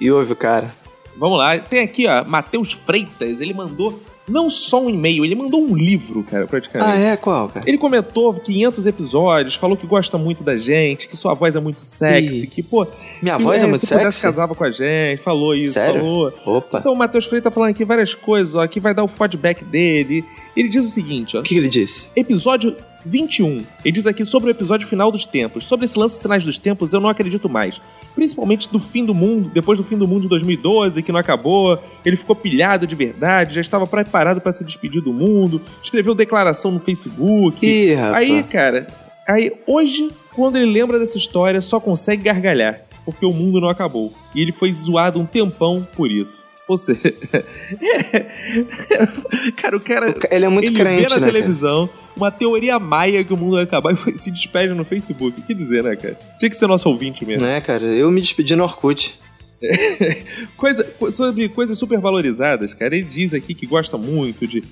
C: e ouve o cara.
A: Vamos lá, tem aqui, ó, Matheus Freitas, ele mandou não só um e-mail, ele mandou um livro, cara, praticamente.
C: Ah, é? Qual, cara?
A: Ele comentou 500 episódios, falou que gosta muito da gente, que sua voz é muito sexy,
C: Ih.
A: que, pô...
C: Minha
A: que,
C: voz é
A: né,
C: muito
A: se pudesse,
C: sexy?
A: casava com a gente, falou isso,
C: Sério?
A: falou...
C: Opa.
A: Então o Matheus Freitas tá falando aqui várias coisas, ó, que vai dar o feedback dele. Ele diz o seguinte, ó...
C: O que ele disse?
A: Episódio 21. Ele diz aqui sobre o episódio final dos tempos. Sobre esse lance de sinais dos tempos, eu não acredito mais. Principalmente do fim do mundo, depois do fim do mundo de 2012, que não acabou. Ele ficou pilhado de verdade, já estava preparado para se despedir do mundo, escreveu declaração no Facebook.
C: Ih, rapaz.
A: Aí, cara, Sakai, hoje, quando ele lembra dessa história, só consegue gargalhar, porque o mundo não acabou. E ele foi zoado um tempão por isso. Ou seja, <laughs> cara, o cara.
C: Ele é muito
A: ele
C: crente,
A: vê na
C: né,
A: televisão uma teoria maia que o mundo vai acabar e <laughs> foi- se despede no Facebook. O que dizer, né, cara? Tinha que ser nosso ouvinte mesmo.
C: Né, cara? Eu me despedi no Orkut.
A: Coisa, co- sobre coisas super valorizadas, cara. Ele diz aqui que gosta muito de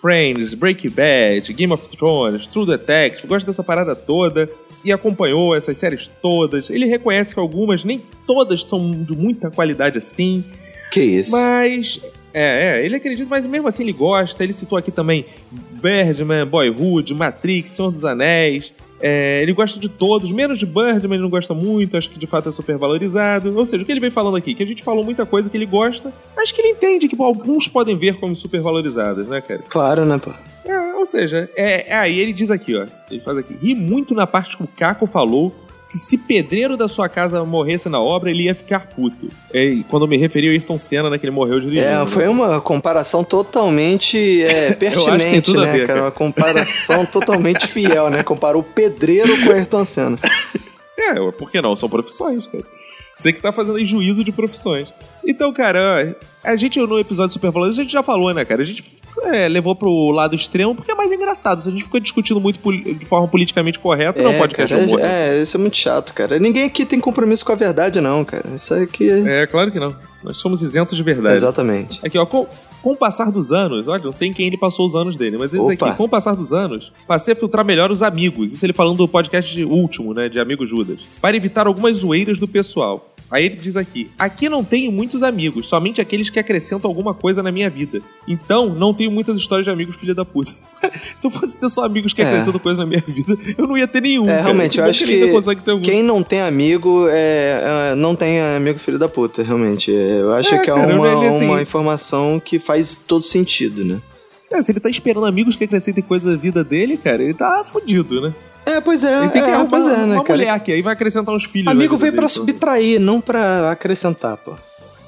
A: Friends, Breaking Bad, Game of Thrones, True Detective, gosta dessa parada toda e acompanhou essas séries todas. Ele reconhece que algumas, nem todas, são de muita qualidade assim.
C: Que isso?
A: Mas. É, é, ele acredita, mas mesmo assim ele gosta. Ele citou aqui também Birdman, Boyhood, Matrix, Senhor dos Anéis. É, ele gosta de todos, menos de Birdman, ele não gosta muito, acho que de fato é super valorizado. Ou seja, o que ele vem falando aqui? Que a gente falou muita coisa que ele gosta, mas que ele entende que pô, alguns podem ver como super valorizadas, né, cara?
C: Claro, né, pô?
A: É, ou seja, é, é, aí ele diz aqui, ó. Ele faz aqui. Ri muito na parte que o Caco falou que se pedreiro da sua casa morresse na obra, ele ia ficar puto. É, e quando eu me referi ao Ayrton Senna, né, que ele morreu dirigindo.
C: É,
A: né?
C: foi uma comparação totalmente é,
A: <laughs> Eu acho que tem
C: pertinente,
A: tudo a
C: né,
A: ver,
C: cara?
A: cara.
C: Uma comparação totalmente fiel, né? Comparou o pedreiro com o Ayrton Senna.
A: É, ué, por que não? São profissões, cara. Você que tá fazendo aí juízo de profissões. Então, cara, ó, a gente no episódio Super Valores, a gente já falou, né, cara? A gente é, levou pro lado extremo porque é mais engraçado. Se a gente ficou discutindo muito poli- de forma politicamente correta, <laughs> não pode né?
C: cara,
A: cachorro morrer.
C: é, é, isso é muito chato, cara. Ninguém aqui tem compromisso com a verdade, não, cara. Isso aqui é...
A: É, claro que não. Nós somos isentos de verdade.
C: Exatamente.
A: Aqui, ó, com, com o passar dos anos, olha, não sei em quem ele passou os anos dele, mas ele diz
C: Opa.
A: aqui, com o passar dos anos, passei a filtrar melhor os amigos. Isso ele falando do podcast de último, né, de Amigo Judas. Para evitar algumas zoeiras do pessoal. Aí ele diz aqui: aqui não tenho muitos amigos, somente aqueles que acrescentam alguma coisa na minha vida. Então, não tenho muitas histórias de amigos filha da puta. <laughs> Se eu fosse ter só amigos que
C: É.
A: acrescentam coisa na minha vida, eu não ia ter nenhum.
C: É,
A: cara.
C: realmente, eu
A: bom
C: acho
A: ele ainda
C: que
A: consegue ter algum.
C: quem não tem amigo é, é, não tem amigo filho da puta, realmente. É, Eu acho
A: É,
C: que é
A: cara, eu
C: uma,
A: olhei assim.
C: uma informação que faz todo sentido, né?
A: É, se ele tá esperando amigos que acrescentem coisa da vida dele, cara, ele tá fudido, né?
C: É, pois é.
A: Ele tem que
C: é,
A: arrumar
C: pois é, né,
A: uma
C: cara?
A: mulher que aí vai acrescentar uns filhos.
C: Amigo
A: na vida
C: veio pra
A: dele, então.
C: subtrair, não pra acrescentar, pô.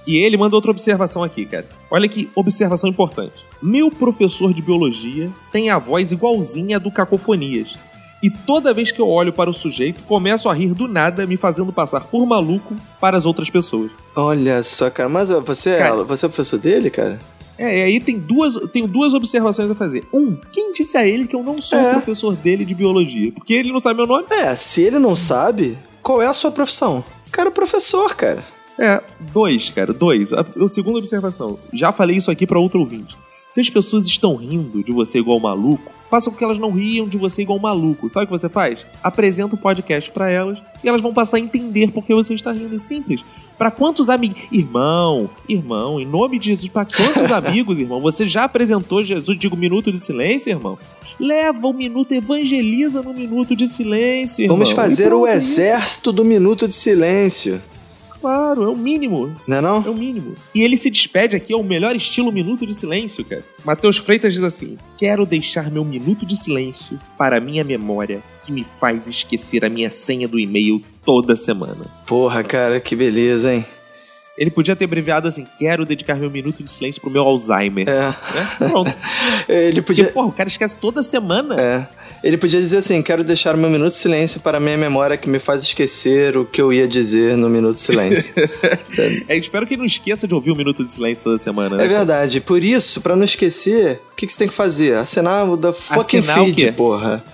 A: E ele manda outra observação aqui, cara. Olha que observação importante. Meu professor de biologia tem a voz igualzinha a do Cacofonias. E toda vez que eu olho para o sujeito, começo a rir do nada, me fazendo passar por maluco para as outras pessoas.
C: Olha só, cara, mas ó, você, é- você é professor dele, cara?
A: É, e aí tem duas, tenho duas observações a fazer. Um, quem disse a ele que eu não sou um
C: É.
A: professor dele de biologia? Porque ele não sabe meu nome?
C: É, se ele não sabe, qual é a sua profissão? Cara, é professor, cara.
A: É, dois, cara, dois. A, a segunda observação. Já falei isso aqui pra outro ouvinte. Se as pessoas estão rindo de você igual maluco, faça com que elas não riam de você igual maluco. Sabe o que você faz? Apresenta o podcast pra elas e elas vão passar a entender por que você está rindo. É Simples. Pra quantos amigos. Irmão, irmão, em nome de Jesus, pra
C: <laughs>
A: quantos amigos, irmão? Você já apresentou Jesus? Digo, minuto de silêncio, irmão? Leva um minuto, evangeliza no minuto de silêncio, irmão.
C: Vamos
A: E
C: fazer
A: pronto,
C: o
A: é isso.
C: exército do minuto de silêncio.
A: Claro, é o mínimo.
C: Não é não?
A: É o mínimo. E ele se despede aqui ao melhor estilo minuto de silêncio, cara. Matheus Freitas diz assim: Quero deixar meu minuto de silêncio para a minha memória, que me faz esquecer a minha senha do e-mail toda semana.
C: Porra, cara, que beleza, hein?
A: Ele podia ter abreviado assim: Quero dedicar meu minuto de silêncio pro meu Alzheimer.
C: É.
A: Né?
C: <laughs>
A: Pronto.
C: Ele podia.
A: Porque, porra, o cara esquece toda semana.
C: É. Ele podia dizer assim: quero deixar o meu minuto de silêncio para a minha memória que me faz esquecer o que eu ia dizer no minuto
A: <laughs>
C: de silêncio.
A: É, espero que ele não esqueça de ouvir o minuto de silêncio toda semana, né?
C: é verdade. Por isso, para não esquecer, o que, que você tem que fazer? Assinar o da fucking
A: Assinar o quê?
C: feed, porra.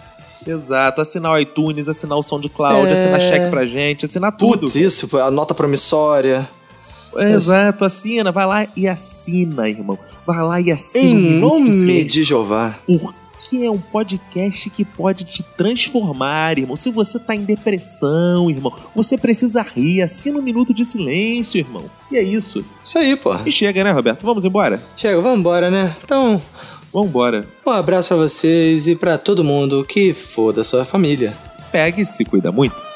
A: Exato, assinar o iTunes, assinar o SoundCloud,
C: É.
A: assinar cheque pra gente, assinar tudo.
C: Putz, isso, pô, a nota promissória.
A: É, Exato, assina, vai lá e assina, irmão. Vai lá e assina.
C: Em
A: o Minuto
C: nome
A: Silêncio,
C: de Jeová.
A: Porque é um podcast que pode te transformar, irmão. Se você tá em depressão, irmão, você precisa rir. Assina um minuto de silêncio, irmão. E é isso.
C: Isso aí, porra.
A: E chega, né, Roberto? Vamos embora?
C: Chega, vamos embora, né? Então,
A: Vambora.
C: um abraço para vocês e para todo mundo que foda sua família.
A: Pegue e se cuida muito.